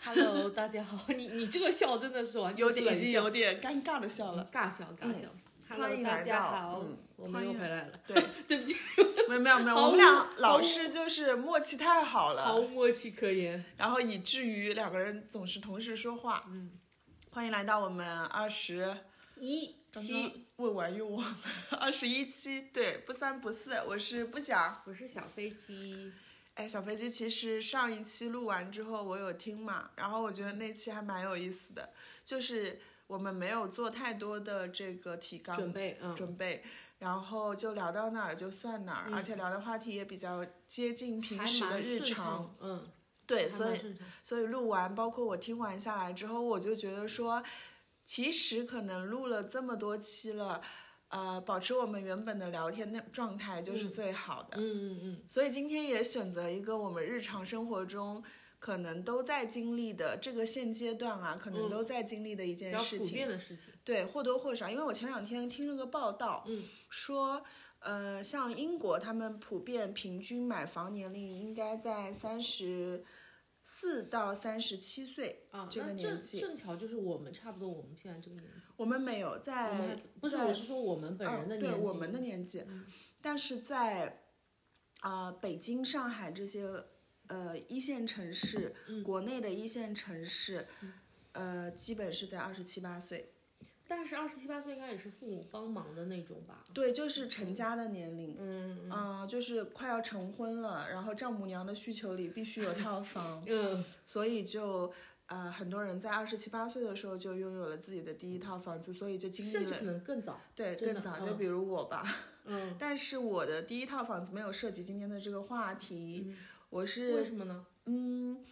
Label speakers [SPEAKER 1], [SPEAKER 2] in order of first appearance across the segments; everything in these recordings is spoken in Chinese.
[SPEAKER 1] Hello，大家好， 你你这个笑真的是完全
[SPEAKER 2] 有
[SPEAKER 1] 是
[SPEAKER 2] 点
[SPEAKER 1] 冷
[SPEAKER 2] 已经
[SPEAKER 1] 笑嗯
[SPEAKER 2] 有点尴尬的笑了。
[SPEAKER 1] 尬笑尬笑。
[SPEAKER 2] 嗯欢
[SPEAKER 1] Hello，
[SPEAKER 2] 迎
[SPEAKER 1] 大
[SPEAKER 2] 来
[SPEAKER 1] 家
[SPEAKER 2] 到
[SPEAKER 1] 好，
[SPEAKER 2] 嗯
[SPEAKER 1] 我们
[SPEAKER 2] 欢
[SPEAKER 1] 又
[SPEAKER 2] 迎
[SPEAKER 1] 回来了。
[SPEAKER 2] 对，
[SPEAKER 1] 对不起，
[SPEAKER 2] 没有没有没有，
[SPEAKER 1] 毫
[SPEAKER 2] 我
[SPEAKER 1] 无
[SPEAKER 2] 们俩
[SPEAKER 1] 毫
[SPEAKER 2] 老
[SPEAKER 1] 无
[SPEAKER 2] 师就是默契太好
[SPEAKER 1] 毫
[SPEAKER 2] 了，
[SPEAKER 1] 无默契可言。
[SPEAKER 2] 然后以至于两个人总是同时说话。嗯，欢迎来到我们二十
[SPEAKER 1] 一
[SPEAKER 2] 刚刚
[SPEAKER 1] 七，
[SPEAKER 2] 未完又忘二十一期，对，不三不四，我是不想。
[SPEAKER 1] 我是小飞机，
[SPEAKER 2] 哎，小飞机，其实上一期录完之后我有听嘛，然后我觉得那期还蛮有意思的，就是我们没有做太多的这个提纲
[SPEAKER 1] 准备嗯，
[SPEAKER 2] 准备，然后就聊到哪儿就算哪儿，而且聊的话题也比较接近平
[SPEAKER 1] 还
[SPEAKER 2] 时的
[SPEAKER 1] 蛮
[SPEAKER 2] 日
[SPEAKER 1] 顺
[SPEAKER 2] 常。
[SPEAKER 1] 畅，嗯，
[SPEAKER 2] 对，
[SPEAKER 1] 还
[SPEAKER 2] 所
[SPEAKER 1] 蛮
[SPEAKER 2] 以
[SPEAKER 1] 顺畅
[SPEAKER 2] 所以录完，包括我听完下来之后，我就觉得说，其实可能录了这么多期了，呃，保持我们原本的聊天那状态就是最好的。
[SPEAKER 1] 嗯嗯嗯，
[SPEAKER 2] 所以今天也选择一个我们日常生活中可能都在经历的这个现阶段啊，可能都在经历的一
[SPEAKER 1] 嗯比
[SPEAKER 2] 件
[SPEAKER 1] 较
[SPEAKER 2] 事
[SPEAKER 1] 普
[SPEAKER 2] 情。
[SPEAKER 1] 遍的事情，
[SPEAKER 2] 对，或多或少，因为我前两天听了个报道，
[SPEAKER 1] 嗯，
[SPEAKER 2] 说，呃，像英国他们普遍平均买房年龄应该在三十四到三十七岁，
[SPEAKER 1] 啊，
[SPEAKER 2] 这个
[SPEAKER 1] 那
[SPEAKER 2] 年
[SPEAKER 1] 正
[SPEAKER 2] 纪
[SPEAKER 1] 正巧就是我们差不多，我们现在这个年纪，
[SPEAKER 2] 我们没有
[SPEAKER 1] 我们
[SPEAKER 2] 在
[SPEAKER 1] 还不是，
[SPEAKER 2] 在
[SPEAKER 1] 我是说我们本人的
[SPEAKER 2] 啊
[SPEAKER 1] 年纪，嗯
[SPEAKER 2] 对我们的年纪，但是在啊、北京、上海这些呃一线城市，
[SPEAKER 1] 嗯
[SPEAKER 2] 国内的一线城市，呃，基本是在二十七八岁，
[SPEAKER 1] 但是二十七八岁应该也是父母帮忙的那种吧，
[SPEAKER 2] 对，就是成家的年龄。
[SPEAKER 1] 嗯
[SPEAKER 2] 啊、就是快要成婚了，然后丈母娘的需求里必须有套 房，
[SPEAKER 1] 嗯，
[SPEAKER 2] 所以就呃，很多人在二十七八岁的时候就拥有了自己的第一套房子，所以就经
[SPEAKER 1] 甚
[SPEAKER 2] 历
[SPEAKER 1] 至
[SPEAKER 2] 了
[SPEAKER 1] 可能更早，
[SPEAKER 2] 对
[SPEAKER 1] 真
[SPEAKER 2] 更
[SPEAKER 1] 的
[SPEAKER 2] 早，就
[SPEAKER 1] 嗯
[SPEAKER 2] 比如我吧，
[SPEAKER 1] 嗯，
[SPEAKER 2] 但是我的第一套房子没有涉及今天的这个话题，我
[SPEAKER 1] 嗯为
[SPEAKER 2] 是
[SPEAKER 1] 什么呢？
[SPEAKER 2] 嗯。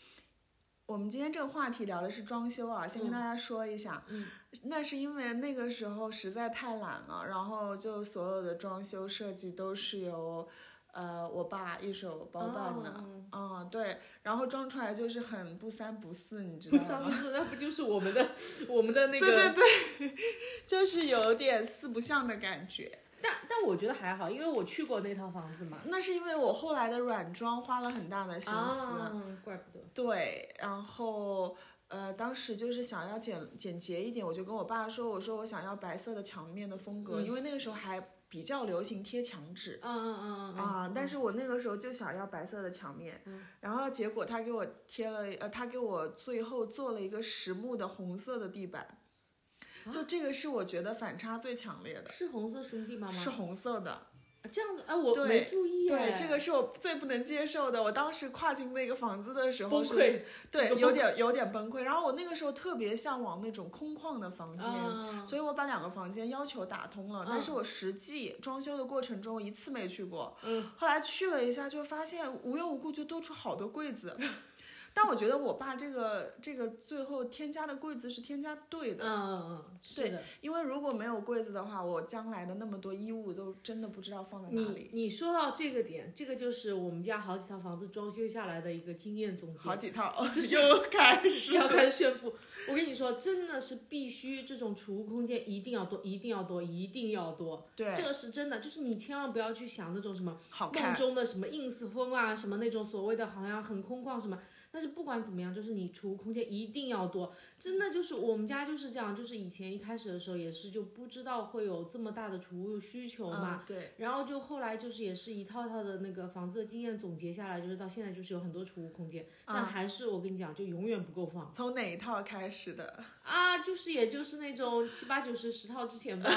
[SPEAKER 2] 我们今天这个话题聊的是装修啊，先跟大家说一下，
[SPEAKER 1] 嗯
[SPEAKER 2] 那是因为那个时候实在太懒了，然后就所有的装修设计都是由，呃，我爸一手包办的，
[SPEAKER 1] 哦
[SPEAKER 2] 嗯，对，然后装出来就是很不三不四，你知
[SPEAKER 1] 不
[SPEAKER 2] 道
[SPEAKER 1] 上
[SPEAKER 2] 吗？
[SPEAKER 1] 次那不就是我们的我们的那个？
[SPEAKER 2] 对对对， 就是有点四不像的感觉。
[SPEAKER 1] 但但我觉得还好，因为我去过那套房子嘛。
[SPEAKER 2] 那是因为我后来的软装花了很大的心思，
[SPEAKER 1] 啊，怪不得。
[SPEAKER 2] 对，然后呃，当时就是想要简简洁一点，我就跟我爸说，我说我想要白色的墙面的风格，
[SPEAKER 1] 嗯
[SPEAKER 2] 因为那个时候还比较流行贴墙纸。
[SPEAKER 1] 嗯嗯嗯嗯嗯。
[SPEAKER 2] 啊！但是我那个时候就想要白色的墙面，然后结果他给我贴了，呃，他给我最后做了一个实木的红色的地板，就这个是我觉得反差最强烈
[SPEAKER 1] 啊
[SPEAKER 2] 的，
[SPEAKER 1] 是红色兄弟妈妈
[SPEAKER 2] 是红色的，
[SPEAKER 1] 啊这样子哎，我
[SPEAKER 2] 对
[SPEAKER 1] 没注意哎。
[SPEAKER 2] 对，这个是我最不能接受的。我当时跨进那个房子的时候
[SPEAKER 1] 崩
[SPEAKER 2] 是
[SPEAKER 1] 溃，整个，
[SPEAKER 2] 对
[SPEAKER 1] 崩
[SPEAKER 2] 有点有点崩溃。然后我那个时候特别向往那种空旷的房间，
[SPEAKER 1] 嗯
[SPEAKER 2] 所以我把两个房间要求打通了。
[SPEAKER 1] 嗯
[SPEAKER 2] 但是我实际装修的过程中一次没去过，
[SPEAKER 1] 嗯
[SPEAKER 2] 后来去了一下，就发现无缘无故就多出好多柜子。但我觉得我爸这个这个最后添加的柜子是添加对
[SPEAKER 1] 嗯
[SPEAKER 2] 的，
[SPEAKER 1] 嗯嗯，是的。
[SPEAKER 2] 因为如果没有柜子的话，我将来的那么多衣物都真的不知道放在哪里
[SPEAKER 1] 你。你说到这个点，这个就是我们家好几套房子装修下来的一个经验总结
[SPEAKER 2] 好。几套，
[SPEAKER 1] 这是
[SPEAKER 2] 又开始
[SPEAKER 1] 要开始炫富，我跟你说，真的是必须这种储物空间一定要多，一定要多，一定要多。
[SPEAKER 2] 对，
[SPEAKER 1] 这个是真的，就是你千万不要去想那种什么
[SPEAKER 2] 好
[SPEAKER 1] 梦
[SPEAKER 2] 看，
[SPEAKER 1] 中的什么 ins 风啊，什么那种所谓的好像很空旷什么。但是不管怎么样，就是你储物空间一定要多，真的就是我们家就是这样，就是以前一开始的时候也是就不知道会有这么大的储物需求嘛，
[SPEAKER 2] 嗯，对，
[SPEAKER 1] 然后就后来就是也是一套套的那个房子的经验总结下来，就是到现在就是有很多储物空间，
[SPEAKER 2] 嗯
[SPEAKER 1] 但还是我跟你讲，就永远不够放
[SPEAKER 2] 从哪一套开始的？
[SPEAKER 1] 啊，就是也就是那种七八九十十套之 前吧，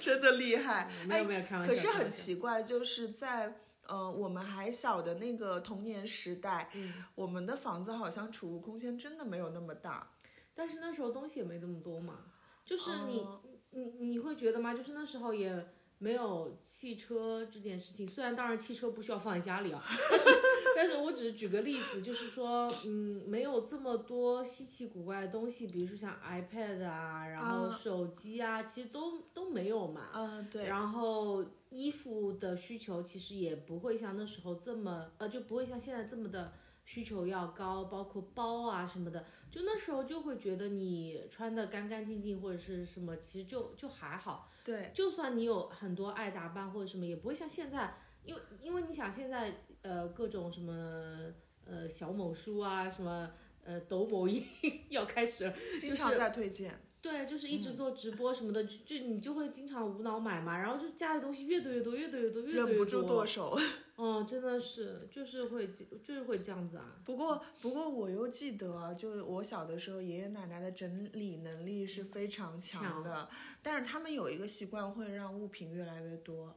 [SPEAKER 2] 真的厉害，
[SPEAKER 1] 嗯没
[SPEAKER 2] 哎
[SPEAKER 1] 有，没有开玩笑，
[SPEAKER 2] 可是
[SPEAKER 1] 开玩
[SPEAKER 2] 很
[SPEAKER 1] 笑
[SPEAKER 2] 奇怪，就是在。呃，我们还小的那个童年时代，
[SPEAKER 1] 嗯
[SPEAKER 2] 我们的房子好像储物空间真的没有那么大。
[SPEAKER 1] 但是那时候东西也没那么多嘛，就是你、
[SPEAKER 2] 哦
[SPEAKER 1] 你你会觉得吗？就是那时候也没有汽车这件事情，虽然当然汽车不需要放在家里啊，但是 但是我只是举个例子，就是说嗯，没有这么多稀奇古怪的东西，比如说像 iPad 啊，然后
[SPEAKER 2] 啊
[SPEAKER 1] 手机啊，其实都都没有嘛。
[SPEAKER 2] 嗯、对，
[SPEAKER 1] 然后衣服的需求其实也不会像那时候这么，呃，就不会像现在这么的需求要高，包括包啊什么的，就那时候就会觉得你穿的干干净净或者是什么，其实就就还好。
[SPEAKER 2] 对，
[SPEAKER 1] 就算你有很多爱打扮或者什么，也不会像现在，因为因为你想现在呃各种什么。呃小某书啊，什么呃抖某音 要开始了，
[SPEAKER 2] 经常在推荐。
[SPEAKER 1] 对，就是一直
[SPEAKER 2] 嗯
[SPEAKER 1] 做直播什么的，就就你就会经常无脑买嘛，然后就家里东西越堆越多，越堆越多，越堆越多，
[SPEAKER 2] 忍不住剁手，
[SPEAKER 1] 哦，真的是，就是会，就是会这样子啊。
[SPEAKER 2] 不过，不过我又记得啊，就我小的时候，爷爷奶奶的整理能力是非常强的，但是他们有一个习惯，会让物品越来越多，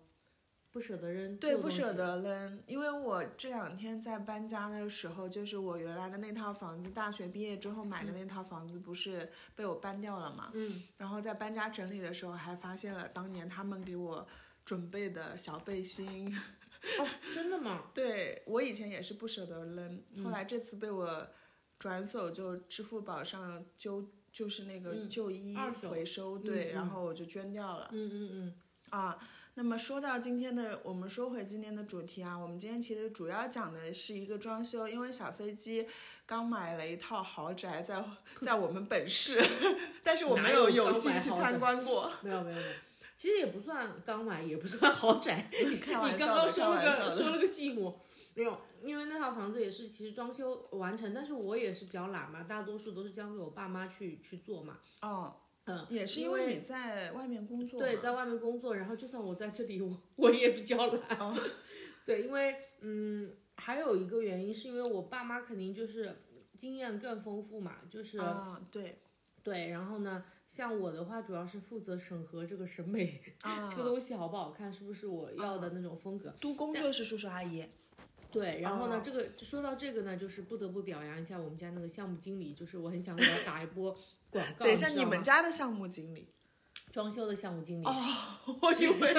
[SPEAKER 1] 不舍得扔，
[SPEAKER 2] 对，不
[SPEAKER 1] 得。
[SPEAKER 2] 舍得扔。因为我这两天在搬家的时候，就是我原来的那套房子，大学毕业之后买的那套房子，不是被我搬掉了嘛？
[SPEAKER 1] 嗯，
[SPEAKER 2] 然后在搬家整理的时候，还发现了当年他们给我准备的小背心。
[SPEAKER 1] 哦，真的吗？
[SPEAKER 2] 对我以前也是不舍得扔，后
[SPEAKER 1] 嗯
[SPEAKER 2] 来这次被我转手就支付宝上就就是那个
[SPEAKER 1] 嗯
[SPEAKER 2] 旧衣
[SPEAKER 1] 二手
[SPEAKER 2] 回收，
[SPEAKER 1] 嗯
[SPEAKER 2] 对，
[SPEAKER 1] 嗯
[SPEAKER 2] 然后我就捐掉了、
[SPEAKER 1] 嗯嗯嗯，
[SPEAKER 2] 啊。那么说到今天的，我们说回今天的主题啊，我们今天其实主要讲的是一个装修，因为小飞机刚买了一套豪宅 在在我们本市， 但是我
[SPEAKER 1] 哪
[SPEAKER 2] 没
[SPEAKER 1] 有
[SPEAKER 2] 有
[SPEAKER 1] 刚
[SPEAKER 2] 幸
[SPEAKER 1] 买
[SPEAKER 2] 去
[SPEAKER 1] 豪宅
[SPEAKER 2] 参观过。
[SPEAKER 1] 没有没有没有，其实也不算刚买，也不算 豪宅，
[SPEAKER 2] 你开玩
[SPEAKER 1] 你刚
[SPEAKER 2] 笑
[SPEAKER 1] 刚
[SPEAKER 2] 的，
[SPEAKER 1] 说了
[SPEAKER 2] 开
[SPEAKER 1] 个
[SPEAKER 2] 玩笑
[SPEAKER 1] 说
[SPEAKER 2] 的。
[SPEAKER 1] 了个寂寞，没有，因为那套房子也是其实装修完成，但是我也是比较懒嘛，大多数都是交给我爸妈去去做嘛。
[SPEAKER 2] 哦，
[SPEAKER 1] 嗯，
[SPEAKER 2] 也是因
[SPEAKER 1] 因为
[SPEAKER 2] 为你在外面工作嘛，
[SPEAKER 1] 对，在外面工作，然后就算我在这里，我我也比较懒。
[SPEAKER 2] 哦
[SPEAKER 1] 对，因为嗯，还有一个原因是因为我爸妈肯定就是经验更丰富嘛，就是、
[SPEAKER 2] 啊，对，
[SPEAKER 1] 对，然后呢，像我的话主要是负责审核这个审美，
[SPEAKER 2] 啊，
[SPEAKER 1] 这个东西好不好看，是不是我要
[SPEAKER 2] 嗯
[SPEAKER 1] 的那种风格。
[SPEAKER 2] 督工就是叔叔阿姨
[SPEAKER 1] 对，然后呢，
[SPEAKER 2] 哦
[SPEAKER 1] 这个说到这个呢，就是不得不表扬一下我们家那个项目经理，就是我很想给他打一波广告。
[SPEAKER 2] 等一下，
[SPEAKER 1] 你知道
[SPEAKER 2] 你们哦
[SPEAKER 1] 吗
[SPEAKER 2] 家的项目经理？
[SPEAKER 1] 装修的项目经理，
[SPEAKER 2] 我以为，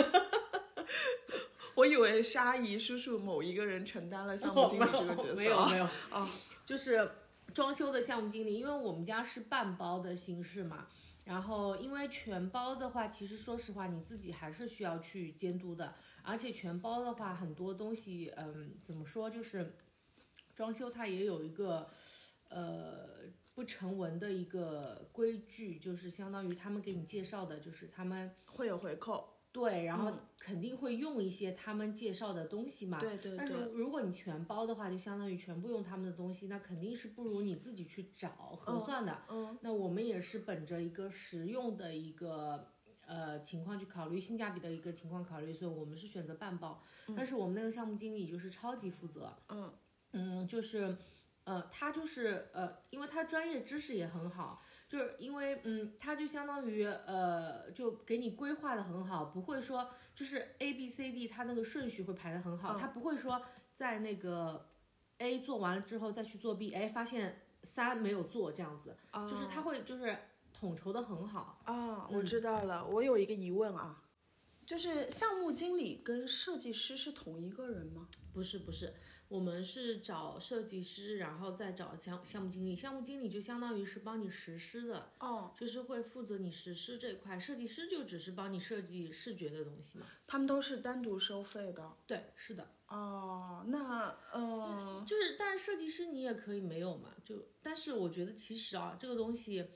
[SPEAKER 2] 我以为是阿姨叔叔某一个人承担了项目经理这个角色。
[SPEAKER 1] 哦 没有没有，
[SPEAKER 2] 哦
[SPEAKER 1] 就是装修的项目经理，因为我们家是半包的形式嘛。然后，因为全包的话，其实说实话，你自己还是需要去监督的。而且全包的话，很多东西，嗯，怎么说，就是装修它也有一个，呃，不成文的一个规矩，就是相当于他们给你介绍的，就是他们
[SPEAKER 2] 会有回扣。
[SPEAKER 1] 对，然后肯定会用一些他们介绍的东西嘛。
[SPEAKER 2] 对对
[SPEAKER 1] 但是
[SPEAKER 2] 对，
[SPEAKER 1] 如果你全包的话，就相当于全部用他们的东西，那肯定是不如你自己去找核算的。
[SPEAKER 2] 嗯，
[SPEAKER 1] 那我们也是本着一个实用的一个呃情况去考虑性价比的一个情况考虑，所以我们是选择半包。但是我们那个项目经理就是超级负责，
[SPEAKER 2] 嗯
[SPEAKER 1] 嗯，就是呃，他就是呃，因为他专业知识也很好。就是因为，嗯，他就相当于，呃，就给你规划的很好，不会说就是 A B C D，它那个顺序会排的很好，
[SPEAKER 2] 嗯
[SPEAKER 1] 他不会说在那个 A 做完了之后再去做 B，哎，发现三没有做这样子，
[SPEAKER 2] 啊
[SPEAKER 1] 就是他会就是统筹的很好。
[SPEAKER 2] 啊，我
[SPEAKER 1] 嗯
[SPEAKER 2] 知道了。我有一个疑问啊，就是项目经理跟设计师是同一个人吗？
[SPEAKER 1] 不是不是，我们是找设计师，然后再找项项目经理，项目经理就相当于是帮你实施的，
[SPEAKER 2] 哦，
[SPEAKER 1] 就是会负责你实施这块，设计师就只是帮你设计视觉的东西嘛。
[SPEAKER 2] 他们都是单独收费的。
[SPEAKER 1] 对，是的，
[SPEAKER 2] 哦，那嗯，
[SPEAKER 1] 就是但是设计师你也可以没有嘛，就但是我觉得其实啊，这个东西。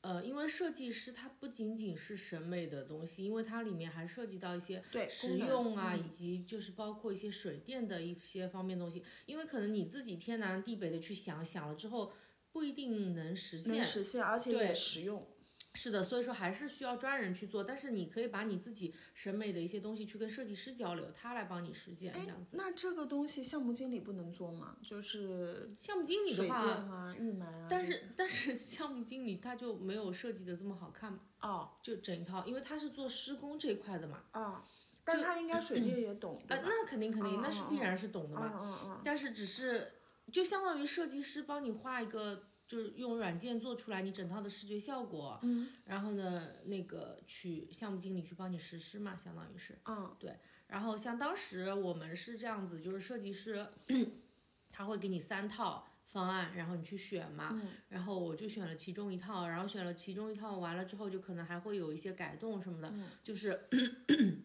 [SPEAKER 1] 呃，因为设计师它不仅仅是审美的东西，因为它里面还涉及到一些
[SPEAKER 2] 对，
[SPEAKER 1] 实
[SPEAKER 2] 功能
[SPEAKER 1] 用啊，
[SPEAKER 2] 嗯
[SPEAKER 1] 以及就是包括一些水电的一些方面东西，因为可能你自己天南地北的去想，想了之后不一定能实现
[SPEAKER 2] 能。实现，而且也
[SPEAKER 1] 对
[SPEAKER 2] 实用。
[SPEAKER 1] 是的，所以说还是需要专人去做，但是你可以把你自己审美的一些东西去跟设计师交流，他来帮你实现
[SPEAKER 2] 哎
[SPEAKER 1] 这样子。
[SPEAKER 2] 那这个东西项目经理不能做吗？就是
[SPEAKER 1] 项目经理
[SPEAKER 2] 水
[SPEAKER 1] 的
[SPEAKER 2] 电
[SPEAKER 1] 话，
[SPEAKER 2] 啊、预埋啊。
[SPEAKER 1] 但
[SPEAKER 2] 这
[SPEAKER 1] 是但是项目经理他就没有设计的这么好看嘛，
[SPEAKER 2] 哦
[SPEAKER 1] 就整一套，因为他是做施工这一块的嘛，
[SPEAKER 2] 哦，但他应该水电也懂
[SPEAKER 1] 啊
[SPEAKER 2] 对，吧？
[SPEAKER 1] 那肯定肯定，那是必然是懂的嘛。
[SPEAKER 2] 嗯嗯嗯，
[SPEAKER 1] 但是只是就相当于设计师帮你画一个，就是用软件做出来你整套的视觉效果，
[SPEAKER 2] 嗯，
[SPEAKER 1] 然后呢，那个去项目经理去帮你实施嘛，相当于是，
[SPEAKER 2] 嗯，
[SPEAKER 1] 对。然后像当时我们是这样子，就是设计师 他会给你三套方案，然后你去选嘛，然后我就选了其中一套，然后选了其中一套，完了之后就可能还会有一些改动什么
[SPEAKER 2] 嗯
[SPEAKER 1] 的，就是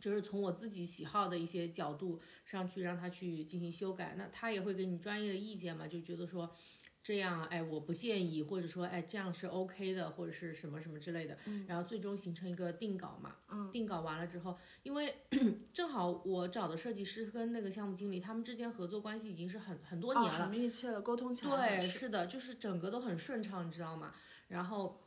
[SPEAKER 1] 就是从我自己喜好的一些角度上去让他去进行修改，那他也会给你专业的意见嘛，就觉得说。这样哎我不建议，或者说哎这样是 OK 的，或者是什么什么之类的，
[SPEAKER 2] 嗯
[SPEAKER 1] 然后最终形成一个定稿嘛。嗯，定稿完了之后，因为 正好我找的设计师跟那个项目经理他们之间合作关系已经是很很多年
[SPEAKER 2] 哦
[SPEAKER 1] 了，
[SPEAKER 2] 很密切了，沟通强
[SPEAKER 1] 对，
[SPEAKER 2] 还是
[SPEAKER 1] 是的，就是整个都很顺畅，你知道吗？然后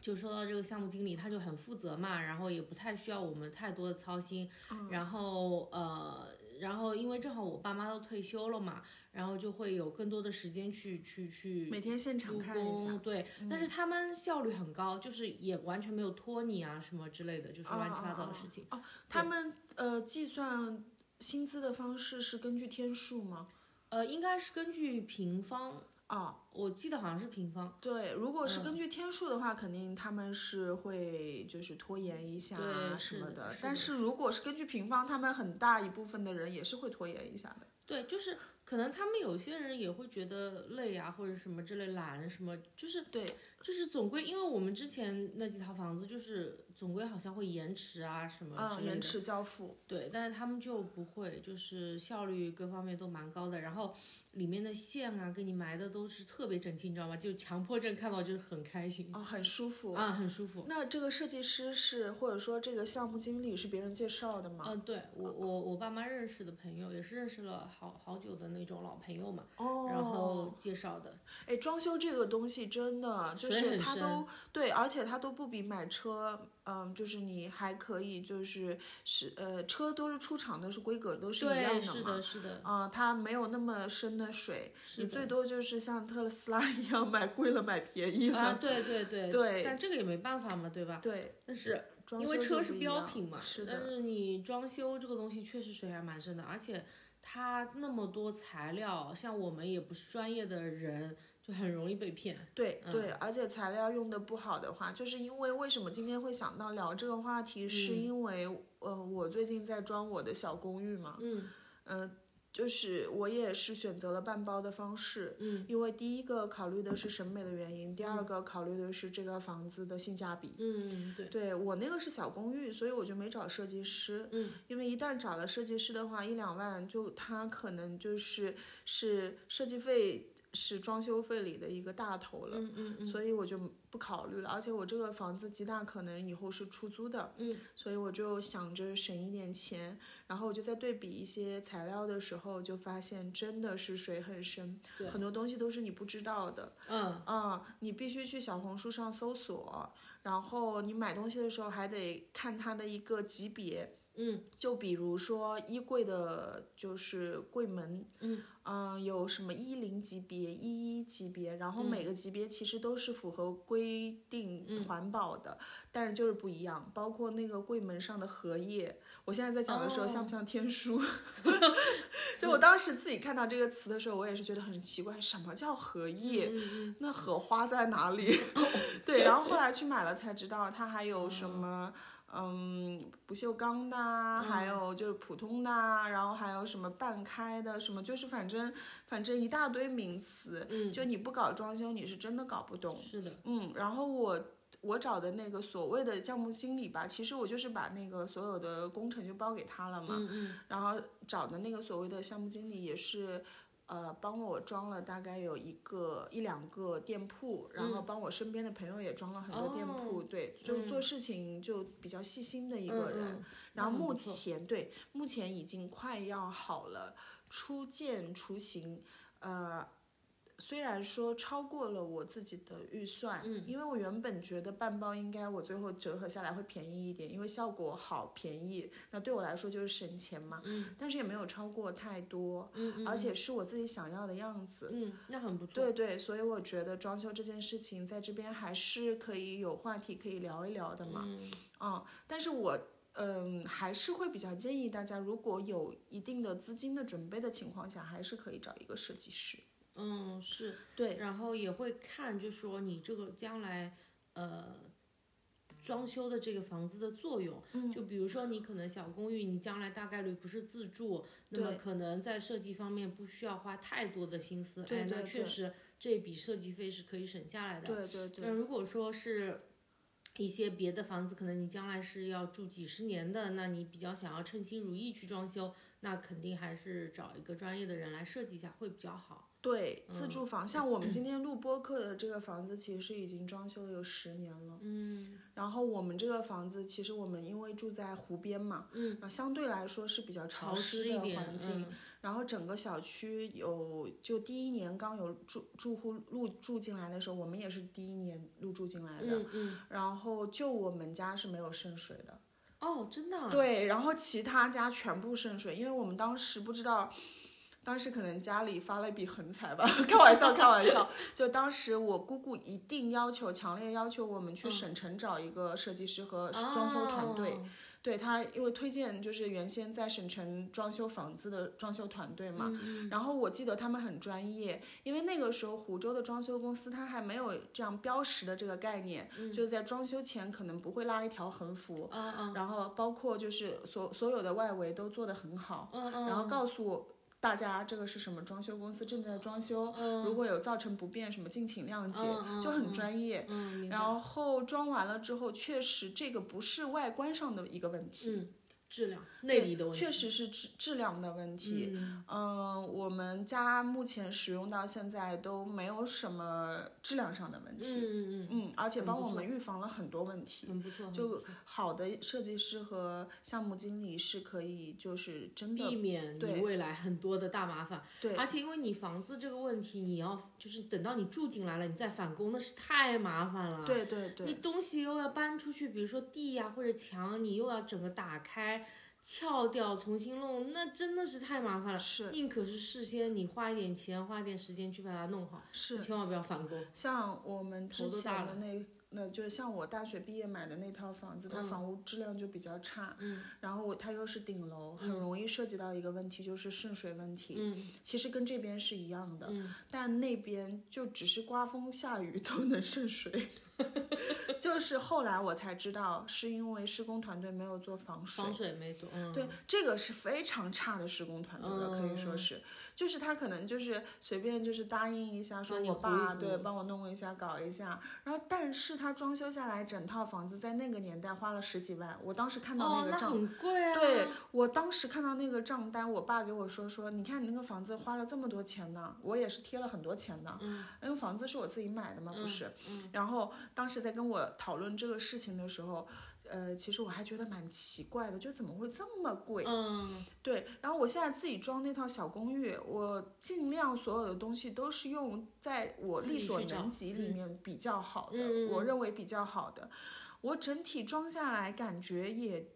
[SPEAKER 1] 就说到这个项目经理，他就很负责嘛，然后也不太需要我们太多的操心。
[SPEAKER 2] 嗯
[SPEAKER 1] 然后呃，然后因为正好我爸妈都退休了嘛，然后就会有更多的时间去去去
[SPEAKER 2] 每天现场
[SPEAKER 1] 出
[SPEAKER 2] 看一下嗯
[SPEAKER 1] 工，，对，但是他们效率很高，就是也完全没有拖你啊什么之类的，就是
[SPEAKER 2] 嗯
[SPEAKER 1] 乱七八糟的事情。
[SPEAKER 2] 哦，他们呃计算薪资的方式是根据天数吗？
[SPEAKER 1] 呃，应该是根据平方，
[SPEAKER 2] 哦，
[SPEAKER 1] 我记得好像是平方。
[SPEAKER 2] 对，如果是
[SPEAKER 1] 嗯
[SPEAKER 2] 根据天数的话，肯定他们是会就是拖延一下啊
[SPEAKER 1] 对
[SPEAKER 2] 什
[SPEAKER 1] 是
[SPEAKER 2] 么
[SPEAKER 1] 的是
[SPEAKER 2] 但
[SPEAKER 1] 的
[SPEAKER 2] 是如果是根据平方，他们很大一部分的人也是会拖延一下的。
[SPEAKER 1] 对，就是可能他们有些人也会觉得累啊，或者什么之类懒什么，就是
[SPEAKER 2] 对，
[SPEAKER 1] 就是总归，因为我们之前那几套房子就是总归好像会延迟啊什么之
[SPEAKER 2] 嗯，
[SPEAKER 1] 类的，
[SPEAKER 2] 延迟交付。
[SPEAKER 1] 对，但是他们就不会，就是效率各方面都蛮高的，然后里面的线啊给你埋的都是特别整齐，你知道吗？就强迫症看到就是很开心
[SPEAKER 2] 哦，很舒服。
[SPEAKER 1] 啊，很舒服。
[SPEAKER 2] 那这个设计师是或者说这个项目经理是别人介绍的吗？
[SPEAKER 1] 嗯，对我我我爸妈认识的朋友，也是认识了好好久的那种老朋友嘛，
[SPEAKER 2] 哦，
[SPEAKER 1] 呃然后介绍的，
[SPEAKER 2] 哎，装修这个东西真的就
[SPEAKER 1] 水
[SPEAKER 2] 是
[SPEAKER 1] 很
[SPEAKER 2] 它都
[SPEAKER 1] 深
[SPEAKER 2] 对，而且它都不比买车，嗯，就是你还可以就是是呃，车都是出厂都是规格都是一样
[SPEAKER 1] 对，
[SPEAKER 2] 嘛，
[SPEAKER 1] 是的，是的，
[SPEAKER 2] 啊、它没有那么深的水，
[SPEAKER 1] 是
[SPEAKER 2] 你
[SPEAKER 1] 的。
[SPEAKER 2] 最多就是像特斯拉一样买贵了买便宜了，
[SPEAKER 1] 啊，对对对
[SPEAKER 2] 对
[SPEAKER 1] 但这个也没办法嘛，对吧？
[SPEAKER 2] 对，
[SPEAKER 1] 但是
[SPEAKER 2] 装
[SPEAKER 1] 因为
[SPEAKER 2] 修就
[SPEAKER 1] 车
[SPEAKER 2] 不
[SPEAKER 1] 是
[SPEAKER 2] 一
[SPEAKER 1] 标
[SPEAKER 2] 样
[SPEAKER 1] 品嘛，
[SPEAKER 2] 是
[SPEAKER 1] 但
[SPEAKER 2] 的，
[SPEAKER 1] 是你装修这个东西确实水还蛮深的，而且它那么多材料，像我们也不是专业的人，就很容易被骗。
[SPEAKER 2] 对
[SPEAKER 1] 嗯
[SPEAKER 2] 对，而且材料用的不好的话，就是因为为什么今天会想到聊这个话题，是
[SPEAKER 1] 嗯
[SPEAKER 2] 因为呃，我最近在装我的小公寓嘛，
[SPEAKER 1] 嗯
[SPEAKER 2] 嗯，就是我也是选择了半包的方式，
[SPEAKER 1] 嗯
[SPEAKER 2] 因为第一个考虑的是审美的原因，第二个考虑的是这个房子的性价比。
[SPEAKER 1] 嗯，对，
[SPEAKER 2] 对我那个是小公寓，所以我就没找设计师，
[SPEAKER 1] 嗯，
[SPEAKER 2] 因为一旦找了设计师的话，一两万就他可能就是是设计费是装修费里的一个大头了。
[SPEAKER 1] 嗯嗯嗯，
[SPEAKER 2] 所以我就不考虑了，而且我这个房子极大可能以后是出租的，
[SPEAKER 1] 嗯，
[SPEAKER 2] 所以我就想着省一点钱，然后我就在对比一些材料的时候，就发现真的是水很深，
[SPEAKER 1] 对
[SPEAKER 2] 很多东西都是你不知道的，
[SPEAKER 1] 嗯，
[SPEAKER 2] 啊、你必须去小红书上搜索，然后你买东西的时候还得看它的一个级别，
[SPEAKER 1] 嗯，
[SPEAKER 2] 就比如说衣柜的，就是柜门，
[SPEAKER 1] 嗯
[SPEAKER 2] 呃有什么一零级别、一一级别，然后每个级别其实都是符合规定环保的，但是就是不一样，包括那个柜门上的荷叶，我现在在讲的时候
[SPEAKER 1] 哦
[SPEAKER 2] 像不像天书？就我当时自己看到这个词的时候，我也是觉得很奇怪，什么叫荷叶？那荷花在哪里？ 对，然后后来去买了才知道，它还有什么。嗯，不锈钢的啊，
[SPEAKER 1] 嗯
[SPEAKER 2] 还有就是普通的啊，然后还有什么半开的，什么就是反正反正一大堆名词，
[SPEAKER 1] 嗯
[SPEAKER 2] 就你不搞装修，你是真的搞不懂。
[SPEAKER 1] 是的，
[SPEAKER 2] 嗯，然后我我找的那个所谓的项目经理吧，其实我就是把那个所有的工程就包给他了嘛，
[SPEAKER 1] 嗯嗯
[SPEAKER 2] 然后找的那个所谓的项目经理也是。呃，帮我装了大概有一个一两个店铺，然后帮我身边的朋友也装了很多店铺，
[SPEAKER 1] 嗯哦
[SPEAKER 2] 对，就是做事情就比较细心的一个人。
[SPEAKER 1] 嗯嗯
[SPEAKER 2] 然
[SPEAKER 1] 那
[SPEAKER 2] 后
[SPEAKER 1] 很
[SPEAKER 2] 目
[SPEAKER 1] 不错
[SPEAKER 2] 前对，目前已经快要好了，初见雏形，呃。虽然说超过了我自己的预算，嗯，因为我原本觉得半包应该我最后折合下来会便宜一点，因为效果好便宜，那对我来说就是省钱嘛，嗯，但是也没有超过太多，
[SPEAKER 1] 嗯嗯，
[SPEAKER 2] 而且是我自己想要的样子，
[SPEAKER 1] 嗯，那很不错。
[SPEAKER 2] 对对，所以我觉得装修这件事情在这边还是可以有话题可以聊一聊的嘛。嗯，但是我嗯还是会比较建议大家，如果有一定的资金的准备的情况下，还是可以找一个设计师。
[SPEAKER 1] 嗯，是
[SPEAKER 2] 对
[SPEAKER 1] 然后也会看，就说你这个将来，呃，装修的这个房子的作用，就比如说你可能小公寓，你将来大概率不是自住，那么
[SPEAKER 2] 对
[SPEAKER 1] 可能在设计方面不需要花太多的心思，
[SPEAKER 2] 对
[SPEAKER 1] 哎，那
[SPEAKER 2] 对
[SPEAKER 1] 确
[SPEAKER 2] 对
[SPEAKER 1] 实这笔设计费是可以省下来的。
[SPEAKER 2] 对对
[SPEAKER 1] 那
[SPEAKER 2] 对，
[SPEAKER 1] 如果说是一些别的房子，可能你将来是要住几十年的，那你比较想要称心如意去装修，那肯定还是找一个专业的人来设计一下会比较好。
[SPEAKER 2] 对，
[SPEAKER 1] 嗯
[SPEAKER 2] 自住房，像我们今天录播客的这个房子，其实已经装修了有十年了。
[SPEAKER 1] 嗯
[SPEAKER 2] 然后我们这个房子，其实我们因为住在湖边嘛，
[SPEAKER 1] 嗯，
[SPEAKER 2] 啊，相对来说是比较
[SPEAKER 1] 潮
[SPEAKER 2] 湿
[SPEAKER 1] 一
[SPEAKER 2] 的
[SPEAKER 1] 点，
[SPEAKER 2] 环境。
[SPEAKER 1] 嗯
[SPEAKER 2] 然后整个小区有，就第一年刚有住住户入住进来的时候，我们也是第一年入住进来的。
[SPEAKER 1] 嗯嗯，
[SPEAKER 2] 然后就我们家是没有渗水的，
[SPEAKER 1] 哦，真的、啊，
[SPEAKER 2] 对，然后其他家全部渗水，因为我们当时不知道，当时可能家里发了一笔横财吧，开玩笑，开玩笑。就当时我姑姑一定要求，强烈要求我们去省城找一个设计师和装修团队。
[SPEAKER 1] 哦
[SPEAKER 2] 对他，因为推荐就是原先在省城装修房子的装修团队嘛，
[SPEAKER 1] 嗯
[SPEAKER 2] 然后我记得他们很专业，因为那个时候湖州的装修公司它还没有这样标识的这个概念，
[SPEAKER 1] 嗯
[SPEAKER 2] 就是在装修前可能不会拉一条横幅，
[SPEAKER 1] 啊啊
[SPEAKER 2] 然后包括就是所所有的外围都做得很好，
[SPEAKER 1] 嗯嗯，
[SPEAKER 2] 然后告诉大家这个是什么装修公司正在装
[SPEAKER 1] 嗯
[SPEAKER 2] 修，如果有造成不便什么敬请谅解，
[SPEAKER 1] 嗯嗯
[SPEAKER 2] 就很专业。
[SPEAKER 1] 嗯，明白
[SPEAKER 2] 然后装完了之后，确实这个不是外观上的一个问题，
[SPEAKER 1] 嗯，质量内里的问题，
[SPEAKER 2] 确实是质质量的问题。
[SPEAKER 1] 嗯
[SPEAKER 2] 嗯、我们家目前使用到现在都没有什么质量上的问
[SPEAKER 1] 嗯
[SPEAKER 2] 题，
[SPEAKER 1] 嗯
[SPEAKER 2] 嗯，而且
[SPEAKER 1] 很
[SPEAKER 2] 帮
[SPEAKER 1] 不
[SPEAKER 2] 我
[SPEAKER 1] 错
[SPEAKER 2] 们预防了很多问题
[SPEAKER 1] 嗯，。很不错，很不
[SPEAKER 2] 就
[SPEAKER 1] 错
[SPEAKER 2] 好的设计师和项目经理是可以，就是真
[SPEAKER 1] 避
[SPEAKER 2] 的
[SPEAKER 1] 免你
[SPEAKER 2] 对
[SPEAKER 1] 未来很多的大麻烦。
[SPEAKER 2] 对
[SPEAKER 1] 而且因为你房子这个问题，你要就是等到你住进来了，你再返工，那是太麻烦了。。
[SPEAKER 2] 对对对
[SPEAKER 1] 你东西又要搬出去，比如说地呀、或者墙，你又要整个打开、撬掉、重新弄，那真的是太麻烦了。
[SPEAKER 2] 是
[SPEAKER 1] 宁可是事先你花一点钱、花一点时间去把它弄好，
[SPEAKER 2] 是，
[SPEAKER 1] 千万不要返工。
[SPEAKER 2] 像我们
[SPEAKER 1] 头
[SPEAKER 2] 之
[SPEAKER 1] 都嗯大
[SPEAKER 2] 前的那那就是像我大学毕业买的那套房子，它房屋质量就比较差，
[SPEAKER 1] 嗯
[SPEAKER 2] 然后我它又是顶楼，很容易涉及到一个问题，就是渗水问题。
[SPEAKER 1] 嗯
[SPEAKER 2] 其实跟这边是一样的，
[SPEAKER 1] 嗯，
[SPEAKER 2] 但那边就只是刮风下雨都能 渗水，就是后来我才知道，是因为施工团队没有做防水。
[SPEAKER 1] 防水没做。嗯，
[SPEAKER 2] 对，这个是非常差的施工团队了，可以说是，就是他可能就是随便就是答应一下，说
[SPEAKER 1] 帮你
[SPEAKER 2] 我
[SPEAKER 1] 糊一
[SPEAKER 2] 爸
[SPEAKER 1] 糊
[SPEAKER 2] 对帮我弄一下搞一下，然后但是他装修下来整套房子在那个年代花了十几万，我当时看到
[SPEAKER 1] 哦，
[SPEAKER 2] 那
[SPEAKER 1] 那
[SPEAKER 2] 个账，
[SPEAKER 1] 很贵啊。
[SPEAKER 2] 对我当时看到那个账单，我爸给我说说，你看你那个房子花了这么多钱呢，我也是贴了很多钱的，
[SPEAKER 1] 嗯
[SPEAKER 2] 因为房子是我自己买的嘛，不是，
[SPEAKER 1] 嗯
[SPEAKER 2] 然后当时在跟我讨论这个事情的时候。呃，其实我还觉得蛮奇怪的，就怎么会这么贵？
[SPEAKER 1] 嗯
[SPEAKER 2] 对，然后我现在自己装那套小公寓，我尽量所有的东西都是用在我
[SPEAKER 1] 自己
[SPEAKER 2] 力所
[SPEAKER 1] 去找
[SPEAKER 2] 能及里
[SPEAKER 1] 嗯
[SPEAKER 2] 面比较好的，
[SPEAKER 1] 嗯嗯
[SPEAKER 2] 我
[SPEAKER 1] 嗯
[SPEAKER 2] 认为比较好的。我整体装下来感觉也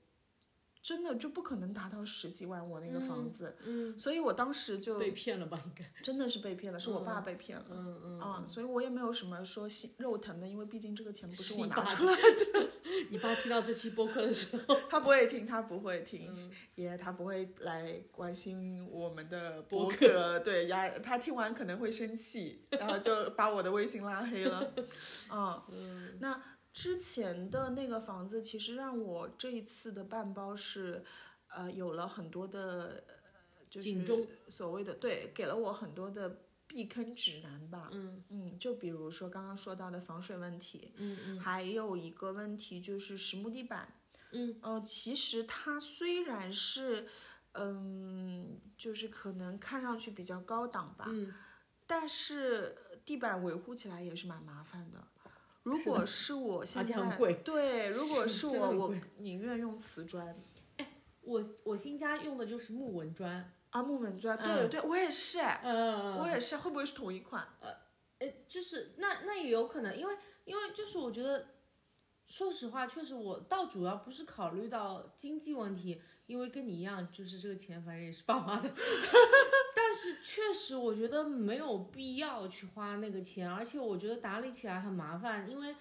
[SPEAKER 2] 真的就不可能达到十几万，我那个房子，
[SPEAKER 1] 嗯，
[SPEAKER 2] 所以我当时就
[SPEAKER 1] 被骗了吧？应该。
[SPEAKER 2] 真的是被骗了，是我爸被骗了。
[SPEAKER 1] 嗯嗯。
[SPEAKER 2] 啊，所以我也没有什么说心肉疼的，因为毕竟这个钱不是我
[SPEAKER 1] 你
[SPEAKER 2] 拿
[SPEAKER 1] 爸
[SPEAKER 2] 出
[SPEAKER 1] 来的。你爸听到这期播客的 时候，
[SPEAKER 2] 他不会听，他不会听，也他不会来关心我们的
[SPEAKER 1] 播
[SPEAKER 2] 播
[SPEAKER 1] 客
[SPEAKER 2] 客。 对呀，他听完可能会生气， 然后就把我的微信拉黑 了。嗯，那之前的那个房子，其实让我这一次的半包是，呃，有了很多的，呃就是
[SPEAKER 1] 警钟
[SPEAKER 2] 所谓的对，给了我很多的避坑指南吧。
[SPEAKER 1] 嗯
[SPEAKER 2] 嗯，就比如说刚刚说到的防水问题，
[SPEAKER 1] 嗯嗯
[SPEAKER 2] 还有一个问题就是实木地板。
[SPEAKER 1] 嗯
[SPEAKER 2] 呃，其实它虽然是，嗯，就是可能看上去比较高档吧，
[SPEAKER 1] 嗯，
[SPEAKER 2] 但是地板维护起来也是蛮麻烦的。如果是我现
[SPEAKER 1] 且
[SPEAKER 2] 在，
[SPEAKER 1] 很贵
[SPEAKER 2] 对，如果是
[SPEAKER 1] 真的
[SPEAKER 2] 我，
[SPEAKER 1] 很
[SPEAKER 2] 我
[SPEAKER 1] 贵
[SPEAKER 2] 宁愿用瓷砖。
[SPEAKER 1] 我我新家用的就是木纹砖，
[SPEAKER 2] 啊，木纹砖，对、
[SPEAKER 1] 嗯
[SPEAKER 2] 对，我也是，哎
[SPEAKER 1] 嗯，
[SPEAKER 2] 我也是，会不会是同一款？
[SPEAKER 1] 呃，就是那那也有可能，因为因为就是我觉得，说实话，确实我倒主要不是考虑到经济问题，因为跟你一样，就是这个钱反正也是爸妈的， 但是确实我觉得没有必要去花那个钱，而且我觉得打理起来很麻烦，因为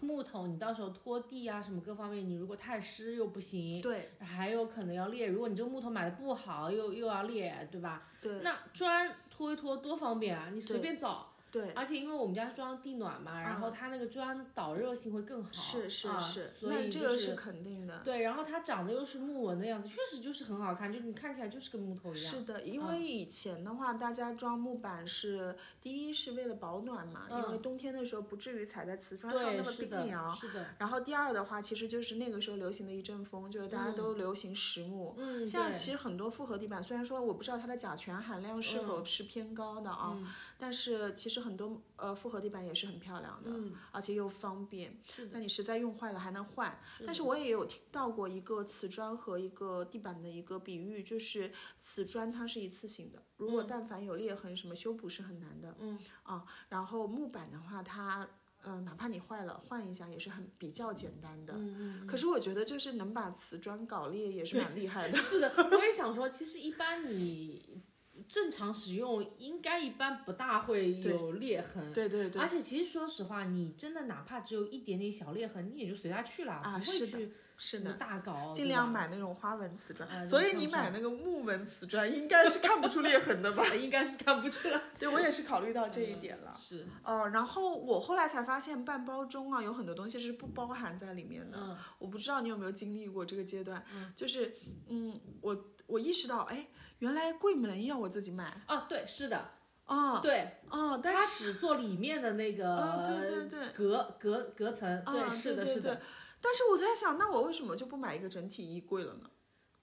[SPEAKER 1] 木头你到时候拖地啊什么各方面，你如果太湿又不行，
[SPEAKER 2] 对
[SPEAKER 1] 还有可能要裂，如果你这个木头买的不好，又又要裂，对吧？
[SPEAKER 2] 对
[SPEAKER 1] 那砖拖一拖多方便啊，你随便找。
[SPEAKER 2] 对，
[SPEAKER 1] 而且因为我们家是装地暖嘛，然后它那个砖导热性会更好，
[SPEAKER 2] 嗯是是
[SPEAKER 1] 啊
[SPEAKER 2] 是，
[SPEAKER 1] 所
[SPEAKER 2] 那
[SPEAKER 1] 以
[SPEAKER 2] 这个
[SPEAKER 1] 就是
[SPEAKER 2] 肯定的。
[SPEAKER 1] 对，然后它长得又是木纹的样子，确实就是很好看，就你看起来就是跟木头一样。
[SPEAKER 2] 是的，因
[SPEAKER 1] 嗯
[SPEAKER 2] 为以前的话，大家装木板是第一是为了保暖嘛，因为冬天的时候不至于踩在瓷砖上那
[SPEAKER 1] 嗯对，
[SPEAKER 2] 么
[SPEAKER 1] 是
[SPEAKER 2] 冰
[SPEAKER 1] 的，
[SPEAKER 2] 凉。
[SPEAKER 1] 是的，
[SPEAKER 2] 然后第二的话，其实就是那个时候流行的一阵风，就是大家都流行实木。
[SPEAKER 1] 嗯，
[SPEAKER 2] 现在
[SPEAKER 1] 对
[SPEAKER 2] 其实很多复合地板，虽然说我不知道它的甲醛含量是否是偏高的啊，
[SPEAKER 1] 嗯
[SPEAKER 2] 但是其实很多呃复合地板也是很漂亮的，
[SPEAKER 1] 嗯，
[SPEAKER 2] 而且又方便。
[SPEAKER 1] 是的，
[SPEAKER 2] 那你实在用坏了还能换。嗯但
[SPEAKER 1] 的
[SPEAKER 2] 是我也有听到过一个瓷砖和一个地板的一个比喻，就是瓷砖它是一次性的，如果但凡有裂痕什么，修补是很难的。
[SPEAKER 1] 嗯
[SPEAKER 2] 啊，然后木板的话，它嗯、呃哪怕你坏了换一下也是很比较简单的。
[SPEAKER 1] 嗯嗯
[SPEAKER 2] 可是我觉得就是能把瓷砖搞裂也是蛮厉害的
[SPEAKER 1] 嗯，。 是的，我也想说，其实一般你正常使用，应该一般不大会
[SPEAKER 2] 对
[SPEAKER 1] 有裂痕。
[SPEAKER 2] 对对对
[SPEAKER 1] 而，且其实说实话，你真的哪怕只有一点点小裂痕，你也就随它去了，
[SPEAKER 2] 啊
[SPEAKER 1] 不
[SPEAKER 2] 是
[SPEAKER 1] 会
[SPEAKER 2] 的
[SPEAKER 1] 去
[SPEAKER 2] 是
[SPEAKER 1] 什么
[SPEAKER 2] 的。
[SPEAKER 1] 大搞。
[SPEAKER 2] 尽
[SPEAKER 1] 对
[SPEAKER 2] 量
[SPEAKER 1] 吧
[SPEAKER 2] 买那种花纹瓷
[SPEAKER 1] 啊
[SPEAKER 2] 砖，所以
[SPEAKER 1] 像
[SPEAKER 2] 你
[SPEAKER 1] 这
[SPEAKER 2] 买那个木纹瓷砖应该是看不出裂痕的吧？
[SPEAKER 1] 应该是看不出来。
[SPEAKER 2] 对我也是考虑到这一点了。
[SPEAKER 1] 是，
[SPEAKER 2] 呃，然后我后来才发现，半包装啊，有很多东西是不包含在里面的。
[SPEAKER 1] 嗯
[SPEAKER 2] 我不知道你有没有经历过这个阶段，
[SPEAKER 1] 嗯
[SPEAKER 2] 就是，嗯，我我意识到，哎，原来柜门要我自己买，
[SPEAKER 1] 啊，对，是的，
[SPEAKER 2] 啊、
[SPEAKER 1] 对，
[SPEAKER 2] 啊、但
[SPEAKER 1] 它
[SPEAKER 2] 是，
[SPEAKER 1] 只做里面的那个
[SPEAKER 2] 啊对对对
[SPEAKER 1] 隔隔隔层，
[SPEAKER 2] 啊，
[SPEAKER 1] 呃是的，
[SPEAKER 2] 对
[SPEAKER 1] 是
[SPEAKER 2] 对
[SPEAKER 1] 的，，
[SPEAKER 2] 但是我在想，那我为什么就不买一个整体衣柜了呢？